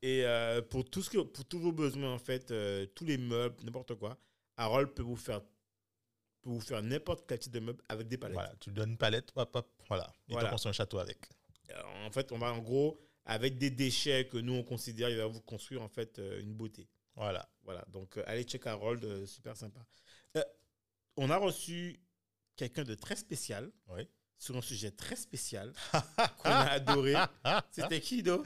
Speaker 1: Et euh, pour, tout ce que, pour tous vos besoins, en fait, euh, tous les meubles, n'importe quoi, Harold peut vous faire, peut vous faire n'importe quel type de meuble avec des palettes.
Speaker 2: Voilà. Tu donnes une palette, hop, hop, voilà. Il
Speaker 1: Voilà.
Speaker 2: te construit un château avec.
Speaker 1: Euh, En fait, on va en gros, avec des déchets que nous, on considère, il va vous construire en fait euh, une beauté.
Speaker 2: Voilà.
Speaker 1: Voilà, donc euh, allez check Harold, euh, super sympa. Euh, on a reçu quelqu'un de très spécial
Speaker 2: Oui.
Speaker 1: sur un sujet très spécial qu'on a adoré. C'était qui, Do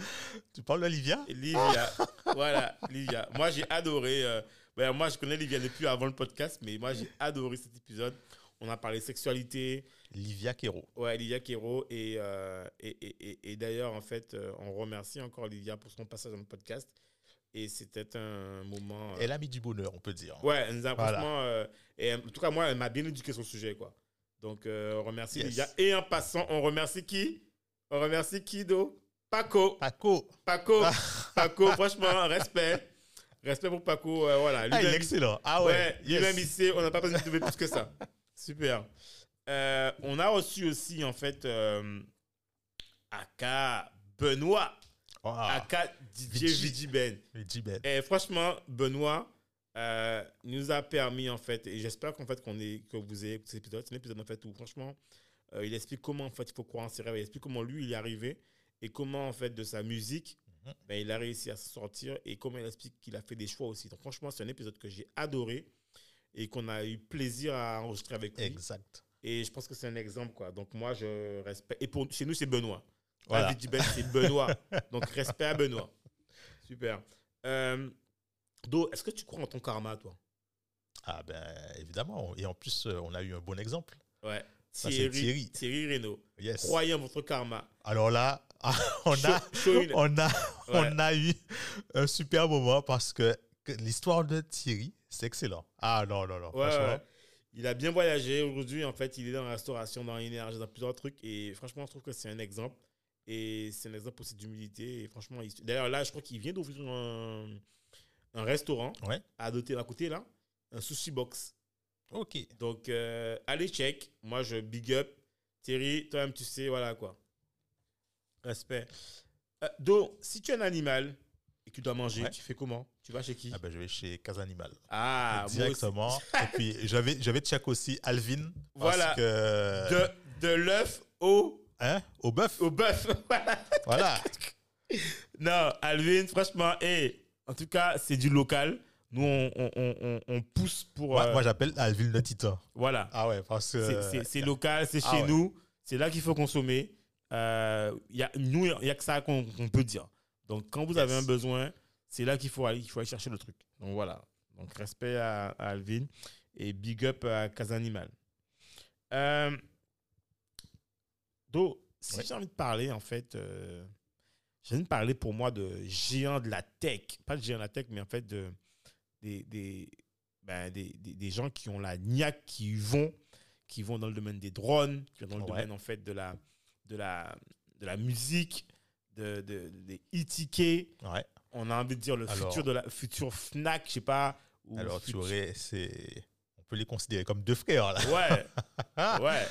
Speaker 2: Tu parles d'Olivia
Speaker 1: Livia. voilà, Livia. Moi, j'ai adoré. euh, ben, moi, je connais Livia depuis avant le podcast, mais moi, j'ai adoré cet épisode. On a parlé sexualité,
Speaker 2: Livia Quero.
Speaker 1: ouais, Livia Kero. Et, euh, et, et- et- et d'ailleurs, en fait, euh, on remercie encore Livia pour son passage dans le podcast. Et c'était un moment. euh,
Speaker 2: Elle a mis du bonheur, on peut dire.
Speaker 1: Ouais, elle nous a
Speaker 2: Voilà.
Speaker 1: franchement. euh, et, en tout cas, moi, elle m'a bien éduqué sur le sujet, quoi. Donc, euh, on remercie
Speaker 2: Yes.
Speaker 1: les gars. Et en passant, on remercie qui On remercie qui, Do Paco.
Speaker 2: Paco.
Speaker 1: Paco.
Speaker 2: Ah.
Speaker 1: Paco, franchement, respect. Respect pour Paco. euh, voilà.
Speaker 2: Ah, il est
Speaker 1: Lui-même-
Speaker 2: excellent. Ah
Speaker 1: ouais,
Speaker 2: ouais.
Speaker 1: lui-même, il
Speaker 2: yes.
Speaker 1: sait, on n'a pas besoin de trouver plus que ça. Super. Euh, on a reçu aussi, en fait, euh, Aka Benoît.
Speaker 2: Ah,
Speaker 1: Aka Didier
Speaker 2: Vidji.
Speaker 1: Vidiben.
Speaker 2: le J-Ben.
Speaker 1: Et Eh, franchement, Benoît euh, nous a permis, en fait, et j'espère qu'en fait, qu'on est, que vous ayez écouté cet épisode. C'est un épisode, en fait, où franchement, euh, il explique comment, en fait, il faut croire en ses rêves. Il explique comment lui, il est arrivé et comment, en fait, de sa musique,
Speaker 2: Mhm.
Speaker 1: ben, il a réussi à se sortir et comment il explique qu'il a fait des choix aussi. Donc, franchement, c'est un épisode que j'ai adoré et qu'on a eu plaisir à enregistrer avec lui.
Speaker 2: Exact.
Speaker 1: Et je pense que c'est un exemple, quoi. Donc, moi, je respecte. Et pour, chez nous, c'est Benoît.
Speaker 2: Voilà.
Speaker 1: David Dubel, c'est Benoît. Donc, respect à Benoît. Super. Euh, Do, est-ce que tu crois en ton karma, toi
Speaker 2: Ah ben, évidemment. Et en plus, euh, on a eu un bon exemple.
Speaker 1: Ouais.
Speaker 2: Ça, c'est
Speaker 1: Thierry, Thierry.
Speaker 2: Thierry.
Speaker 1: Reynaud.
Speaker 2: Yes.
Speaker 1: Croyez en votre karma.
Speaker 2: Alors là, ah, on a,
Speaker 1: Show- show une-
Speaker 2: on a,
Speaker 1: Ouais.
Speaker 2: on a eu un super moment parce que que l'histoire de Thierry, c'est excellent. Ah non, non, non.
Speaker 1: Ouais, ouais.
Speaker 2: franchement,
Speaker 1: Il a bien voyagé. Aujourd'hui, en fait, il est dans la restauration, dans l'énergie, dans plusieurs trucs. Et franchement, je trouve que c'est un exemple. Et c'est un exemple aussi d'humilité. Et franchement, il- d'ailleurs, là, je crois qu'il vient d'ouvrir un, un restaurant
Speaker 2: Ouais.
Speaker 1: à, doter, à côté, là. Un sushi box.
Speaker 2: Ok.
Speaker 1: Donc, euh, allez check. Moi, je big up. Thierry, toi-même, tu sais, voilà quoi. Respect. Euh, donc, si tu es un animal et que tu dois manger,
Speaker 2: Ouais.
Speaker 1: tu fais comment Tu vas chez qui
Speaker 2: Ah ben, je vais chez Casa Animal.
Speaker 1: Ah, moi aussi.
Speaker 2: directement. Et puis j'avais j'avais check aussi Alvin.
Speaker 1: Voilà.
Speaker 2: Parce que,
Speaker 1: De, de l'œuf au,
Speaker 2: hein, au bœuf.
Speaker 1: au bœuf. Voilà.
Speaker 2: Voilà.
Speaker 1: Non, Alvin, franchement, hey, en tout cas, c'est du local. Nous, on, on- on- on- on pousse pour.
Speaker 2: Moi,
Speaker 1: euh,
Speaker 2: moi, j'appelle Alvin le titan.
Speaker 1: voilà.
Speaker 2: Ah ouais, parce que.
Speaker 1: C'est- c'est- C'est local, c'est
Speaker 2: Ah
Speaker 1: chez
Speaker 2: ouais.
Speaker 1: nous. C'est là qu'il faut consommer. Euh, y a, nous, il n'y a que ça qu'on qu'on peut dire. Donc, quand vous avez
Speaker 2: Yes.
Speaker 1: un besoin, c'est là qu'il faut, aller- qu'il faut aller chercher le truc. Donc, voilà. Donc, respect à, à Alvin et big up à Casa Animal. Euh, Do, si
Speaker 2: Ouais.
Speaker 1: j'ai envie de parler, en fait, euh, j'ai envie de parler pour moi de géants de la tech. Pas de géants de la tech, mais en fait, de, des, des, ben, des, des- des gens qui ont la niaque, qui y vont, qui vont dans le domaine des drones, qui vont dans le
Speaker 2: Ouais.
Speaker 1: domaine, en fait, de la, de la, de la musique, de, de, des e-tickets.
Speaker 2: Ouais.
Speaker 1: On a envie de dire le
Speaker 2: Alors-
Speaker 1: futur de la futur Fnac, je sais pas. ou
Speaker 2: Alors, tu
Speaker 1: futur-
Speaker 2: aurais. c'est- On peut les considérer comme deux frères, là.
Speaker 1: Ouais,
Speaker 2: Ah,
Speaker 1: ouais.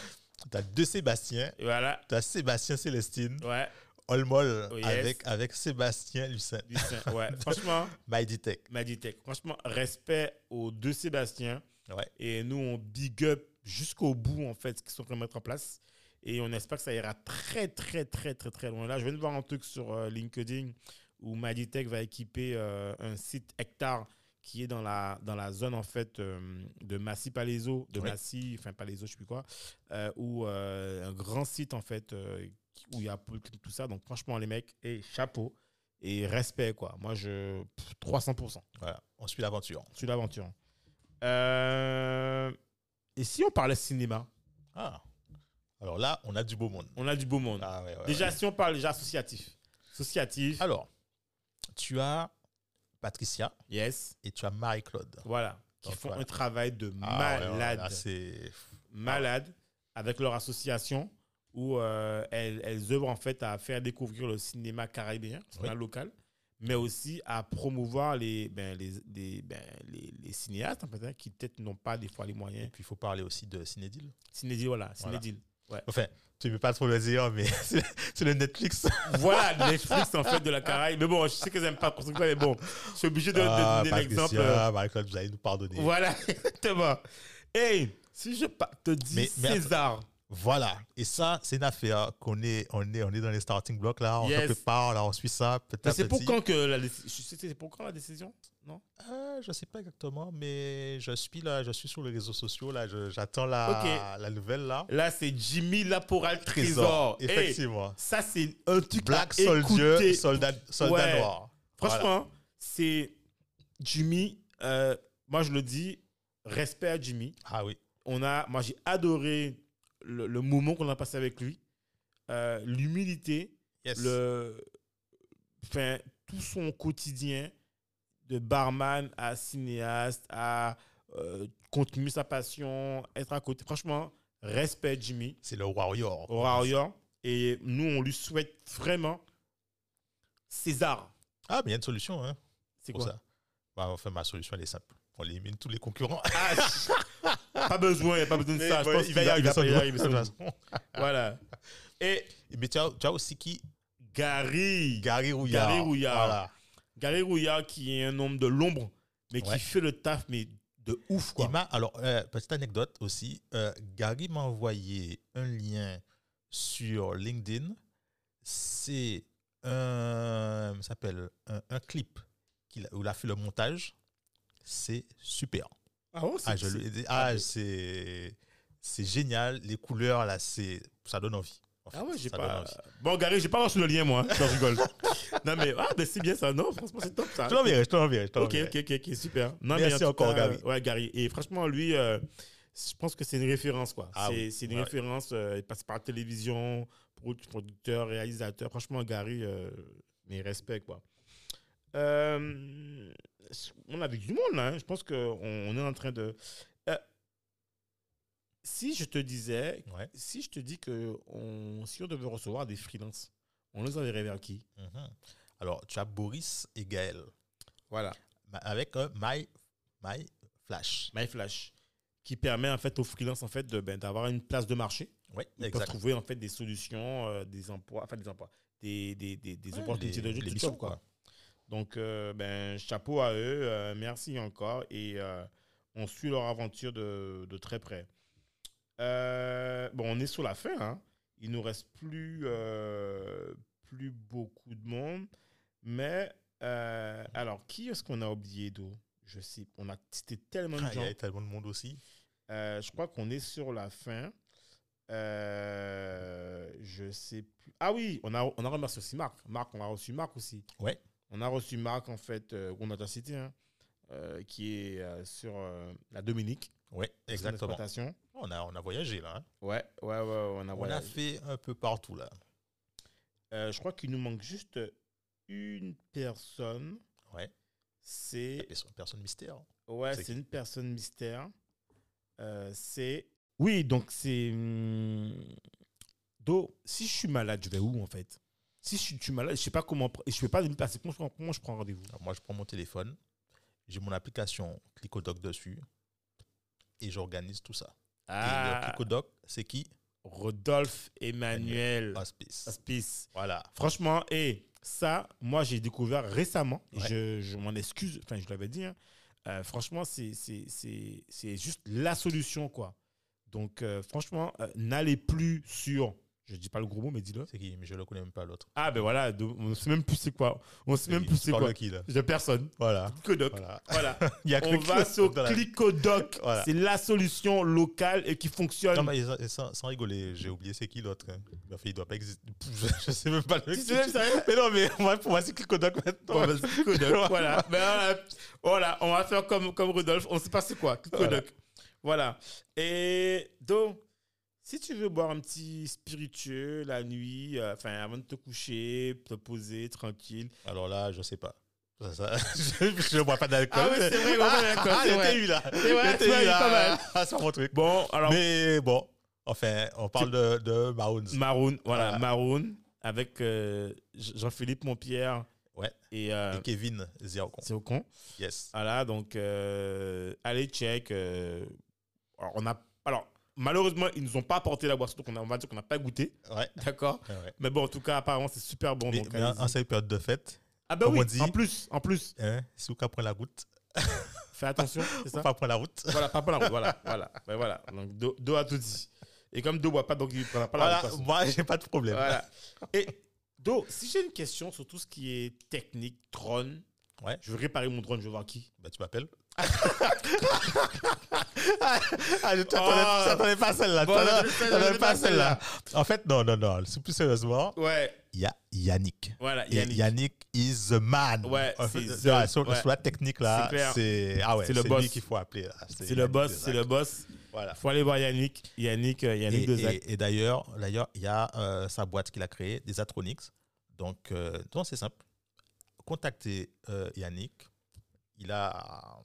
Speaker 2: T'as deux Sébastien.
Speaker 1: Et voilà.
Speaker 2: T'as Sébastien Célestine.
Speaker 1: Ouais,
Speaker 2: Olmol
Speaker 1: Oh, yes.
Speaker 2: avec, avec Sébastien Lucin.
Speaker 1: du sein. ouais. Franchement,
Speaker 2: Mighty Tech.
Speaker 1: Maditech. Franchement, respect aux deux Sébastien.
Speaker 2: Ouais.
Speaker 1: Et nous, on big up jusqu'au bout, en fait, ce qu'ils sont en train de mettre en place. Et on espère que ça ira très, très, très, très, très loin. Là, je viens de voir un truc sur euh, LinkedIn où Maditech va équiper euh, un site hectare qui est dans la, dans la zone, en fait, euh, de Massy-Palaiso, de
Speaker 2: Ouais.
Speaker 1: Massy, enfin, Palaiso, je sais plus quoi, euh, où euh, un grand site, en fait, euh, qui- où il y a tout ça. Donc, franchement, les mecs, et chapeau et respect, quoi. Moi, je... pff, 300%
Speaker 2: Voilà. On suit l'aventure.
Speaker 1: sur l'aventure. Euh, Et si on parlait cinéma
Speaker 2: Ah. Alors là, on a du beau monde.
Speaker 1: On a du beau monde.
Speaker 2: Ah ouais, Ah, ouais,
Speaker 1: déjà,
Speaker 2: ouais.
Speaker 1: si on parle déjà associatif. Associatif,
Speaker 2: Alors, tu as Patricia
Speaker 1: yes,
Speaker 2: et tu as Marie-Claude.
Speaker 1: voilà. Qui
Speaker 2: Donc,
Speaker 1: font
Speaker 2: voilà.
Speaker 1: un travail de
Speaker 2: Ah ouais, ouais, ouais,
Speaker 1: malade.
Speaker 2: là, c'est.
Speaker 1: malade avec leur association où euh, elles, elles œuvrent en fait à faire découvrir le cinéma caribéen, le cinéma local, mais aussi à promouvoir les, ben, les, les- ben, les- les cinéastes en fait, hein, qui peut-être n'ont pas des fois les
Speaker 2: Et
Speaker 1: moyens.
Speaker 2: puis, il faut parler aussi de Cinédil.
Speaker 1: Cinédil, voilà,
Speaker 2: Voilà.
Speaker 1: Cinédil.
Speaker 2: Enfin, tu ne peux pas trop le dire, mais c'est c'est le Netflix.
Speaker 1: Voilà, Netflix en fait de la Caraïbe. Mais bon, je sais que j'aime pas pour ce que- mais bon, je suis obligé de, de
Speaker 2: Ah,
Speaker 1: donner
Speaker 2: Patricia,
Speaker 1: l'exemple. euh,
Speaker 2: Marie-Claude, vous allez nous pardonner.
Speaker 1: Voilà, exactement. Hey, si je pa- te dis
Speaker 2: Mais- mais attends.
Speaker 1: César,
Speaker 2: Voilà. Et ça, c'est une affaire qu'on est, on est, on est dans les starting blocks, là. On se
Speaker 1: Yes.
Speaker 2: prépare, là, on suit ça. Peut-être.
Speaker 1: mais c'est pour
Speaker 2: petit.
Speaker 1: quand que la décision C'est pour quand la décision
Speaker 2: Euh, je sais pas exactement, mais je suis là, je suis sur les réseaux sociaux, là. je- J'attends la, la nouvelle, là.
Speaker 1: Là, c'est Jimmy Laporal Trésor. Hey,
Speaker 2: Effectivement.
Speaker 1: ça, c'est un truc
Speaker 2: Black
Speaker 1: à
Speaker 2: Soldier,
Speaker 1: écouter.
Speaker 2: soldat, soldat
Speaker 1: Ouais.
Speaker 2: noir.
Speaker 1: Franchement, c'est Jimmy. euh, moi, je le dis, respect à Jimmy.
Speaker 2: Ah oui.
Speaker 1: On a, moi, j'ai adoré le, le moment qu'on a passé avec lui. Euh, L'humilité,
Speaker 2: Yes.
Speaker 1: le, enfin, tout son quotidien de barman à cinéaste, à euh, continuer sa passion, être à côté. Franchement, respect Jimmy.
Speaker 2: C'est le warrior.
Speaker 1: au Warrior. Et nous, on lui souhaite vraiment César.
Speaker 2: Ah, mais il y a une solution, hein,
Speaker 1: C'est
Speaker 2: pour
Speaker 1: quoi
Speaker 2: ça. Bah, enfin, ma solution, elle est simple. On élimine tous les concurrents.
Speaker 1: Ah, Pas besoin, pas besoin de ça. Je pense qu'il va y arriver. ça, il va y arriver, ça. Voilà. Et
Speaker 2: Mais tu as, tu as aussi qui
Speaker 1: Gary.
Speaker 2: Gary Rouillard.
Speaker 1: Gary Rouillard.
Speaker 2: Voilà.
Speaker 1: Gary Rouillard, qui est un homme de l'ombre, mais
Speaker 2: Ouais.
Speaker 1: qui fait le taf, mais de ouf, quoi.
Speaker 2: Il m'a- alors, euh, petite anecdote aussi. euh, Gary m'a envoyé un lien sur LinkedIn. C'est un, ça s'appelle un, un clip qu'il a- où il a fait le montage. C'est super.
Speaker 1: Ah, ouais, c'est-
Speaker 2: Ah, je
Speaker 1: c'est-
Speaker 2: lui ai dit, ah,
Speaker 1: ah,
Speaker 2: c'est c'est génial. Les couleurs, là, c'est ça donne envie. En
Speaker 1: Ah
Speaker 2: fait,
Speaker 1: ouais, j'ai
Speaker 2: ça donne
Speaker 1: pas.
Speaker 2: envie.
Speaker 1: Bon, Gary, j'ai pas reçu le lien, moi. Je rigole. non, mais ah, ben, c'est bien ça. Non, franchement, c'est top ça.
Speaker 2: Je te l'enverrai, je te l'enverrai, je te
Speaker 1: Ah, Ok,
Speaker 2: l'enverrai.
Speaker 1: ok, ok, ok, super. Non,
Speaker 2: Merci
Speaker 1: en tout
Speaker 2: encore,
Speaker 1: cas,
Speaker 2: Gary.
Speaker 1: Ouais, Gary. Et franchement, lui, euh, je pense que c'est une référence, quoi.
Speaker 2: Ah
Speaker 1: c'est
Speaker 2: oui,
Speaker 1: c'est une
Speaker 2: ouais.
Speaker 1: référence. euh, il passe par la télévision, produ- producteur, réalisateur. Franchement, Gary, euh, mes respects, quoi. Euh, on a vu du monde, là. hein. Je pense qu'on on est en train de. Euh, si je te disais,
Speaker 2: Ouais.
Speaker 1: si je te dis que on, si on devait recevoir des freelances, on les enverrait vers qui
Speaker 2: Mhm. Alors, tu as Boris et Gaël.
Speaker 1: Voilà.
Speaker 2: Ma- avec un My, My Flash.
Speaker 1: MyFlash, qui permet en fait aux freelances en fait de ben, d'avoir une place de marché.
Speaker 2: Oui,
Speaker 1: Ils peuvent trouver en fait des solutions, euh, des emplois, enfin des emplois, des, des, des, des
Speaker 2: Ouais,
Speaker 1: opportunités
Speaker 2: les-
Speaker 1: de,
Speaker 2: les
Speaker 1: de
Speaker 2: missions,
Speaker 1: job, quoi. Donc euh, ben chapeau à eux, euh, merci encore et euh, on suit leur aventure de, de très près. Euh, bon, on est sur la fin. Hein. Il nous reste plus euh, plus beaucoup de monde, mais euh, alors qui est-ce qu'on a oublié d'eau Je sais, on a cité tellement de
Speaker 2: Ah, Il
Speaker 1: gens.
Speaker 2: y a tellement de monde aussi.
Speaker 1: Euh, je crois qu'on est sur la fin. Euh, je sais plus. Ah oui, on a, on a remercié aussi Marc. Marc, on a reçu Marc aussi.
Speaker 2: Ouais.
Speaker 1: On a reçu Marc, en fait, euh, qu'on a déjà cité, hein, euh, qui est euh, sur euh, la Dominique.
Speaker 2: Oui, exactement.
Speaker 1: Son exploitation.
Speaker 2: On a, on a voyagé là. hein.
Speaker 1: Ouais, ouais, ouais, Ah ouais, on a,
Speaker 2: On a
Speaker 1: voyagé.
Speaker 2: fait un peu partout là.
Speaker 1: Euh, je crois qu'il nous manque juste une personne.
Speaker 2: Ouais.
Speaker 1: C'est
Speaker 2: Personne, personne mystère.
Speaker 1: Ouais,
Speaker 2: C'est
Speaker 1: c'est une personne mystère. Euh, c'est. Oui, donc c'est. hum, Do, si je suis malade, je vais où en fait Si je suis, je suis malade, je sais pas comment. pr- Je ne peux pas me passer. Comment je prends, comment je prends rendez-vous
Speaker 2: Alors, moi, je prends mon téléphone, j'ai mon application Clicodoc dessus et j'organise tout ça. Et le
Speaker 1: Ah,
Speaker 2: Clicodoc, c'est qui
Speaker 1: Rodolphe Emmanuel
Speaker 2: Hospice.
Speaker 1: Aspice.
Speaker 2: Voilà.
Speaker 1: Franchement, et ça, moi, j'ai découvert récemment. et
Speaker 2: Ouais.
Speaker 1: Je, je m'en excuse. Enfin, je l'avais dit. hein. Euh, franchement, c'est c'est- c'est- c'est juste la solution, quoi. Donc, euh, franchement, euh, n'allez plus sur. Je dis pas le gros mot, mais dis-le.
Speaker 2: C'est qui Mais je ne le connais même pas l'autre.
Speaker 1: Ah ben voilà, de- on sait même plus c'est quoi. On sait même
Speaker 2: qui
Speaker 1: plus c'est
Speaker 2: Tu parles
Speaker 1: quoi.
Speaker 2: de qui là
Speaker 1: De personne.
Speaker 2: Voilà.
Speaker 1: Que doc.
Speaker 2: Voilà.
Speaker 1: Voilà.
Speaker 2: Il y a que
Speaker 1: On va
Speaker 2: Clicodoc
Speaker 1: sur
Speaker 2: dans la-
Speaker 1: Clicodoc.
Speaker 2: Voilà.
Speaker 1: C'est la solution locale et qui
Speaker 2: Non,
Speaker 1: fonctionne.
Speaker 2: mais sans- sans, sans rigoler, j'ai oublié c'est qui l'autre. hein. Il ne doit pas exister. Je ne sais même pas le
Speaker 1: Tu sais même ça bah,
Speaker 2: Mais non, mais on va, pour moi, c'est Clicodoc maintenant.
Speaker 1: On va sur Clicodoc. voilà. Ben voilà. Voilà, on va faire comme, comme Rodolphe. On sait pas c'est quoi. Clicodoc. Voilà. Et donc, si tu veux boire un petit spiritueux la nuit, euh, enfin avant de te coucher, te poser tranquille.
Speaker 2: Alors là, je ne sais pas. Ça, ça- je ne bois pas d'alcool.
Speaker 1: Ah oui, c'est vrai, on boit pas d'alcool,
Speaker 2: Ah,
Speaker 1: c'est
Speaker 2: le
Speaker 1: vrai.
Speaker 2: TU, là.
Speaker 1: C'est vrai,
Speaker 2: Le
Speaker 1: tu
Speaker 2: TU,
Speaker 1: vois, il est
Speaker 2: là.
Speaker 1: pas mal.
Speaker 2: Ah, c'est mon truc.
Speaker 1: Bon, alors
Speaker 2: Mais bon, enfin, on parle de, de Mahounds.
Speaker 1: Maroon, voilà,
Speaker 2: Voilà.
Speaker 1: Maroon avec euh, J- Jean-Philippe Montpierre.
Speaker 2: Ouais.
Speaker 1: Et, euh,
Speaker 2: et Kevin Ziarcon.
Speaker 1: c'est au con.
Speaker 2: Yes.
Speaker 1: Voilà, donc euh, allez check. euh, alors, on a, alors, malheureusement, ils nous ont pas apporté la boisson, donc on, a- on va dire qu'on n'a pas goûté.
Speaker 2: Ouais.
Speaker 1: D'accord.
Speaker 2: ouais, ouais.
Speaker 1: Mais bon, en tout cas, apparemment, c'est super bon.
Speaker 2: Mais,
Speaker 1: donc,
Speaker 2: mais en
Speaker 1: allez-y.
Speaker 2: en cette période de fête,
Speaker 1: ah ben
Speaker 2: comme
Speaker 1: oui,
Speaker 2: on dit-
Speaker 1: en plus, en plus.
Speaker 2: hein, si vous prend la route,
Speaker 1: Fais attention, c'est ça
Speaker 2: pas prendre la route.
Speaker 1: Voilà, papa la route, voilà, voilà. Ben voilà, donc Do, Do a tout dit. Et comme Do boit pas, donc il prendra pas la route, de toute
Speaker 2: Voilà,
Speaker 1: façon.
Speaker 2: moi, j'ai pas de problème.
Speaker 1: Voilà. Et Do, si j'ai une question sur tout ce qui est technique, drone,
Speaker 2: Ouais.
Speaker 1: je veux réparer mon drone, je veux voir qui.
Speaker 2: Bah, tu m'appelles. ah, je t'attendais
Speaker 1: Oh.
Speaker 2: t'attendais pas celle-là.
Speaker 1: Bon,
Speaker 2: t'attendais-
Speaker 1: je sais, je
Speaker 2: t'attendais
Speaker 1: sais
Speaker 2: pas
Speaker 1: pas
Speaker 2: celle-là. En fait, non, non, non. C'est plus sérieusement.
Speaker 1: Ouais,
Speaker 2: Il y a Yannick.
Speaker 1: voilà,
Speaker 2: Et Yannick.
Speaker 1: Yannick.
Speaker 2: is the man.
Speaker 1: Ouais,
Speaker 2: En
Speaker 1: c'est
Speaker 2: fait,
Speaker 1: the-
Speaker 2: ouais, sur,
Speaker 1: ouais.
Speaker 2: sur la technique
Speaker 1: C'est
Speaker 2: là,
Speaker 1: clair.
Speaker 2: c'est ah ouais,
Speaker 1: C'est le
Speaker 2: c'est
Speaker 1: boss.
Speaker 2: lui qu'il faut appeler. là.
Speaker 1: C'est le
Speaker 2: Yannick
Speaker 1: boss,
Speaker 2: Desac.
Speaker 1: c'est le boss.
Speaker 2: Voilà.
Speaker 1: Faut aller voir Yannick. Yannick, euh,
Speaker 2: Et,
Speaker 1: Yannick de Zach.
Speaker 2: et, et d'ailleurs, d'ailleurs, il y a euh, sa boîte qu'il a créée, des Atronix. Donc, euh, donc, c'est simple. Contactez euh, Yannick. Il a euh,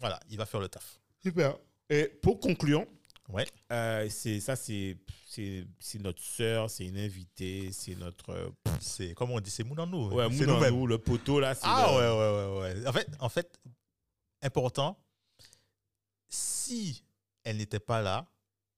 Speaker 2: voilà, il va faire le taf.
Speaker 1: Super. Et pour conclure,
Speaker 2: Ouais.
Speaker 1: euh, c'est ça, c'est c'est c'est notre sœur, c'est une invitée, c'est notre euh,
Speaker 2: C'est comme on dit, c'est mou dans nous.
Speaker 1: ouais,
Speaker 2: c'est
Speaker 1: Mouna
Speaker 2: nous-mêmes.
Speaker 1: Andou, le poteau là. c'est
Speaker 2: Ah
Speaker 1: le-
Speaker 2: ouais, ouais, ouais, ouais. En fait, en fait, important, si elle n'était pas là,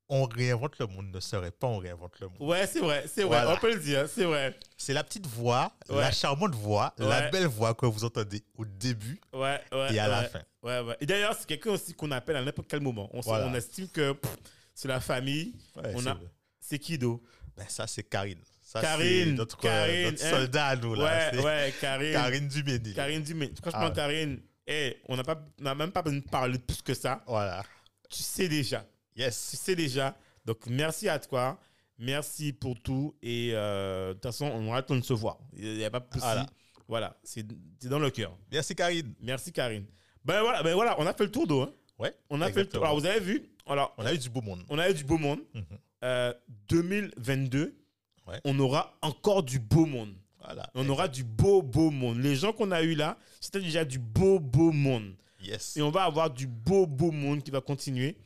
Speaker 2: on réinvente le monde, ne serait pas on réinvente le monde.
Speaker 1: Ouais, c'est vrai, c'est vrai.
Speaker 2: Voilà.
Speaker 1: On peut le dire, c'est vrai.
Speaker 2: C'est la petite voix, la
Speaker 1: Ouais.
Speaker 2: charmante voix, la
Speaker 1: Ouais.
Speaker 2: belle voix que vous entendez au début
Speaker 1: Ouais, ouais.
Speaker 2: et à la
Speaker 1: ouais.
Speaker 2: fin.
Speaker 1: Ouais, ouais. Et d'ailleurs, c'est quelqu'un aussi qu'on appelle à n'importe quel moment. On, s-
Speaker 2: Voilà.
Speaker 1: on estime que pff, c'est la famille.
Speaker 2: Ouais,
Speaker 1: On
Speaker 2: c'est
Speaker 1: a-
Speaker 2: vrai.
Speaker 1: C'est qui, Do
Speaker 2: Ben, ça, c'est Karine. Ça,
Speaker 1: Karine,
Speaker 2: c'est notre, euh,
Speaker 1: Karine,
Speaker 2: notre
Speaker 1: hein.
Speaker 2: soldat à nous. Là.
Speaker 1: Ouais,
Speaker 2: C'est
Speaker 1: ouais, Karine. Karine,
Speaker 2: Karine Dubénil.
Speaker 1: Dumais. Franchement,
Speaker 2: Ah ouais.
Speaker 1: Karine, hey, on n'a pas- on n'a même pas besoin de parler plus que ça.
Speaker 2: Voilà.
Speaker 1: Tu sais déjà. Tu
Speaker 2: Yes.
Speaker 1: sais déjà. Donc, merci à toi. Merci pour tout. Et euh, de toute façon, on aura le temps de se voir. Il n'y a pas de souci.
Speaker 2: Voilà.
Speaker 1: Voilà, c'est c'est dans le cœur.
Speaker 2: Merci, Karine.
Speaker 1: Merci, Karine. Ben voilà, ben voilà on a fait le tour d'eau. hein.
Speaker 2: Ouais,
Speaker 1: On a fait le tour.
Speaker 2: exactement.
Speaker 1: Alors, vous avez vu, alors,
Speaker 2: On a eu du beau monde.
Speaker 1: on a eu du beau monde.
Speaker 2: Mhm.
Speaker 1: Euh, 2022,
Speaker 2: Ouais.
Speaker 1: on aura encore du beau monde.
Speaker 2: Voilà.
Speaker 1: On aura du beau, beau monde. Les gens qu'on a eu là, c'était déjà du beau, beau monde.
Speaker 2: Yes.
Speaker 1: Et on va avoir du beau, beau monde qui va continuer.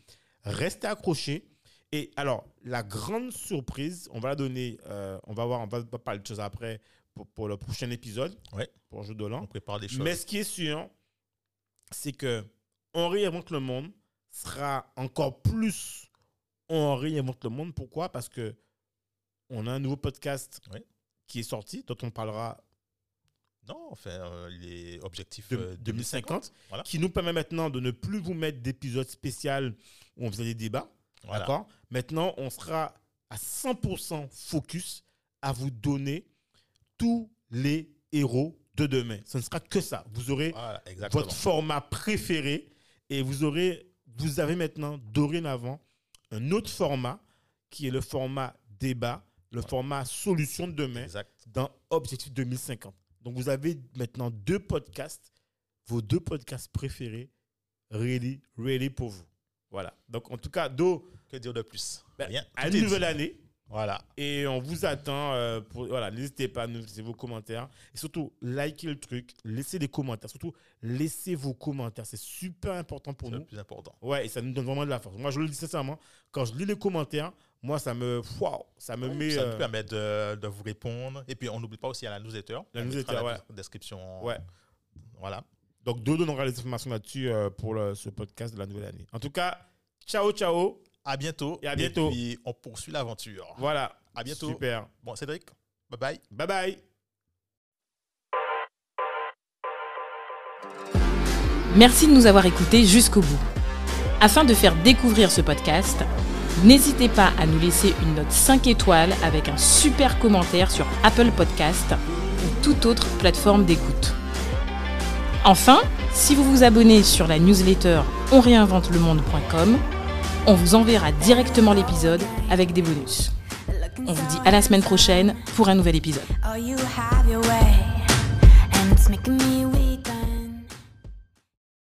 Speaker 1: Restez accrochés. Et alors, la grande surprise, on va la donner, euh, on va voir, on va parler de choses après pour, pour le prochain épisode,
Speaker 2: Ouais.
Speaker 1: pour le jeu de
Speaker 2: On
Speaker 1: l'an.
Speaker 2: prépare des choses.
Speaker 1: Mais ce qui est sûr, c'est que on réinvente le monde sera encore plus on réinvente le monde. Pourquoi Parce que on a un nouveau podcast
Speaker 2: Ouais.
Speaker 1: qui est sorti, dont on parlera
Speaker 2: Non, enfin, euh, les objectifs
Speaker 1: de,
Speaker 2: euh,
Speaker 1: 2050,
Speaker 2: voilà.
Speaker 1: qui nous permet maintenant de ne plus vous mettre d'épisodes spéciaux où on faisait des débats.
Speaker 2: Voilà.
Speaker 1: D'accord Maintenant, on sera à 100% focus à vous donner tous les héros de demain. Ce ne sera que ça. Vous aurez
Speaker 2: Voilà, exactement.
Speaker 1: votre format préféré et vous aurez vous avez maintenant dorénavant un autre format qui est le format débat, le
Speaker 2: Voilà.
Speaker 1: format solution de demain
Speaker 2: Exact.
Speaker 1: dans Objectif 2050. Donc vous avez maintenant deux podcasts, vos deux podcasts préférés ready ready pour vous. Voilà. Donc en tout cas, Do,
Speaker 2: Que dire de plus
Speaker 1: Ben,
Speaker 2: Rien.
Speaker 1: à
Speaker 2: Tout est
Speaker 1: une nouvelle
Speaker 2: dit.
Speaker 1: année
Speaker 2: Voilà.
Speaker 1: et on vous attend euh, pour voilà, n'hésitez pas à nous laisser vos commentaires et surtout likez le truc, laissez des commentaires, surtout laissez vos commentaires, c'est super important pour
Speaker 2: C'est le
Speaker 1: nous.
Speaker 2: plus important.
Speaker 1: Ouais, et ça nous donne vraiment de la force. Moi, je le dis sincèrement, quand je lis les commentaires, moi ça me waouh, ça me met
Speaker 2: ça
Speaker 1: euh,
Speaker 2: nous permet de, de vous répondre. Et puis, on n'oublie pas aussi à la newsletter.
Speaker 1: La
Speaker 2: On mettra
Speaker 1: newsletter,
Speaker 2: la
Speaker 1: ouais.
Speaker 2: des- description.
Speaker 1: Ouais.
Speaker 2: Voilà.
Speaker 1: Donc, Dodo donnera les informations là-dessus euh, pour le- ce podcast de la nouvelle année. En tout cas, ciao, ciao.
Speaker 2: À bientôt.
Speaker 1: Et à bientôt.
Speaker 2: puis, on poursuit l'aventure.
Speaker 1: Voilà.
Speaker 2: À bientôt.
Speaker 1: Super.
Speaker 2: Bon, Cédric, bye bye.
Speaker 1: Bye bye.
Speaker 3: Merci de nous avoir écoutés jusqu'au bout. Afin de faire découvrir ce podcast, n'hésitez pas à nous laisser une note 5 étoiles avec un super commentaire sur Apple Podcast ou toute autre plateforme d'écoute. Enfin, si vous vous abonnez sur la newsletter onréinventelemonde.com, on vous enverra directement l'épisode avec des bonus. On vous dit à la semaine prochaine pour un nouvel épisode.
Speaker 4: Are you high?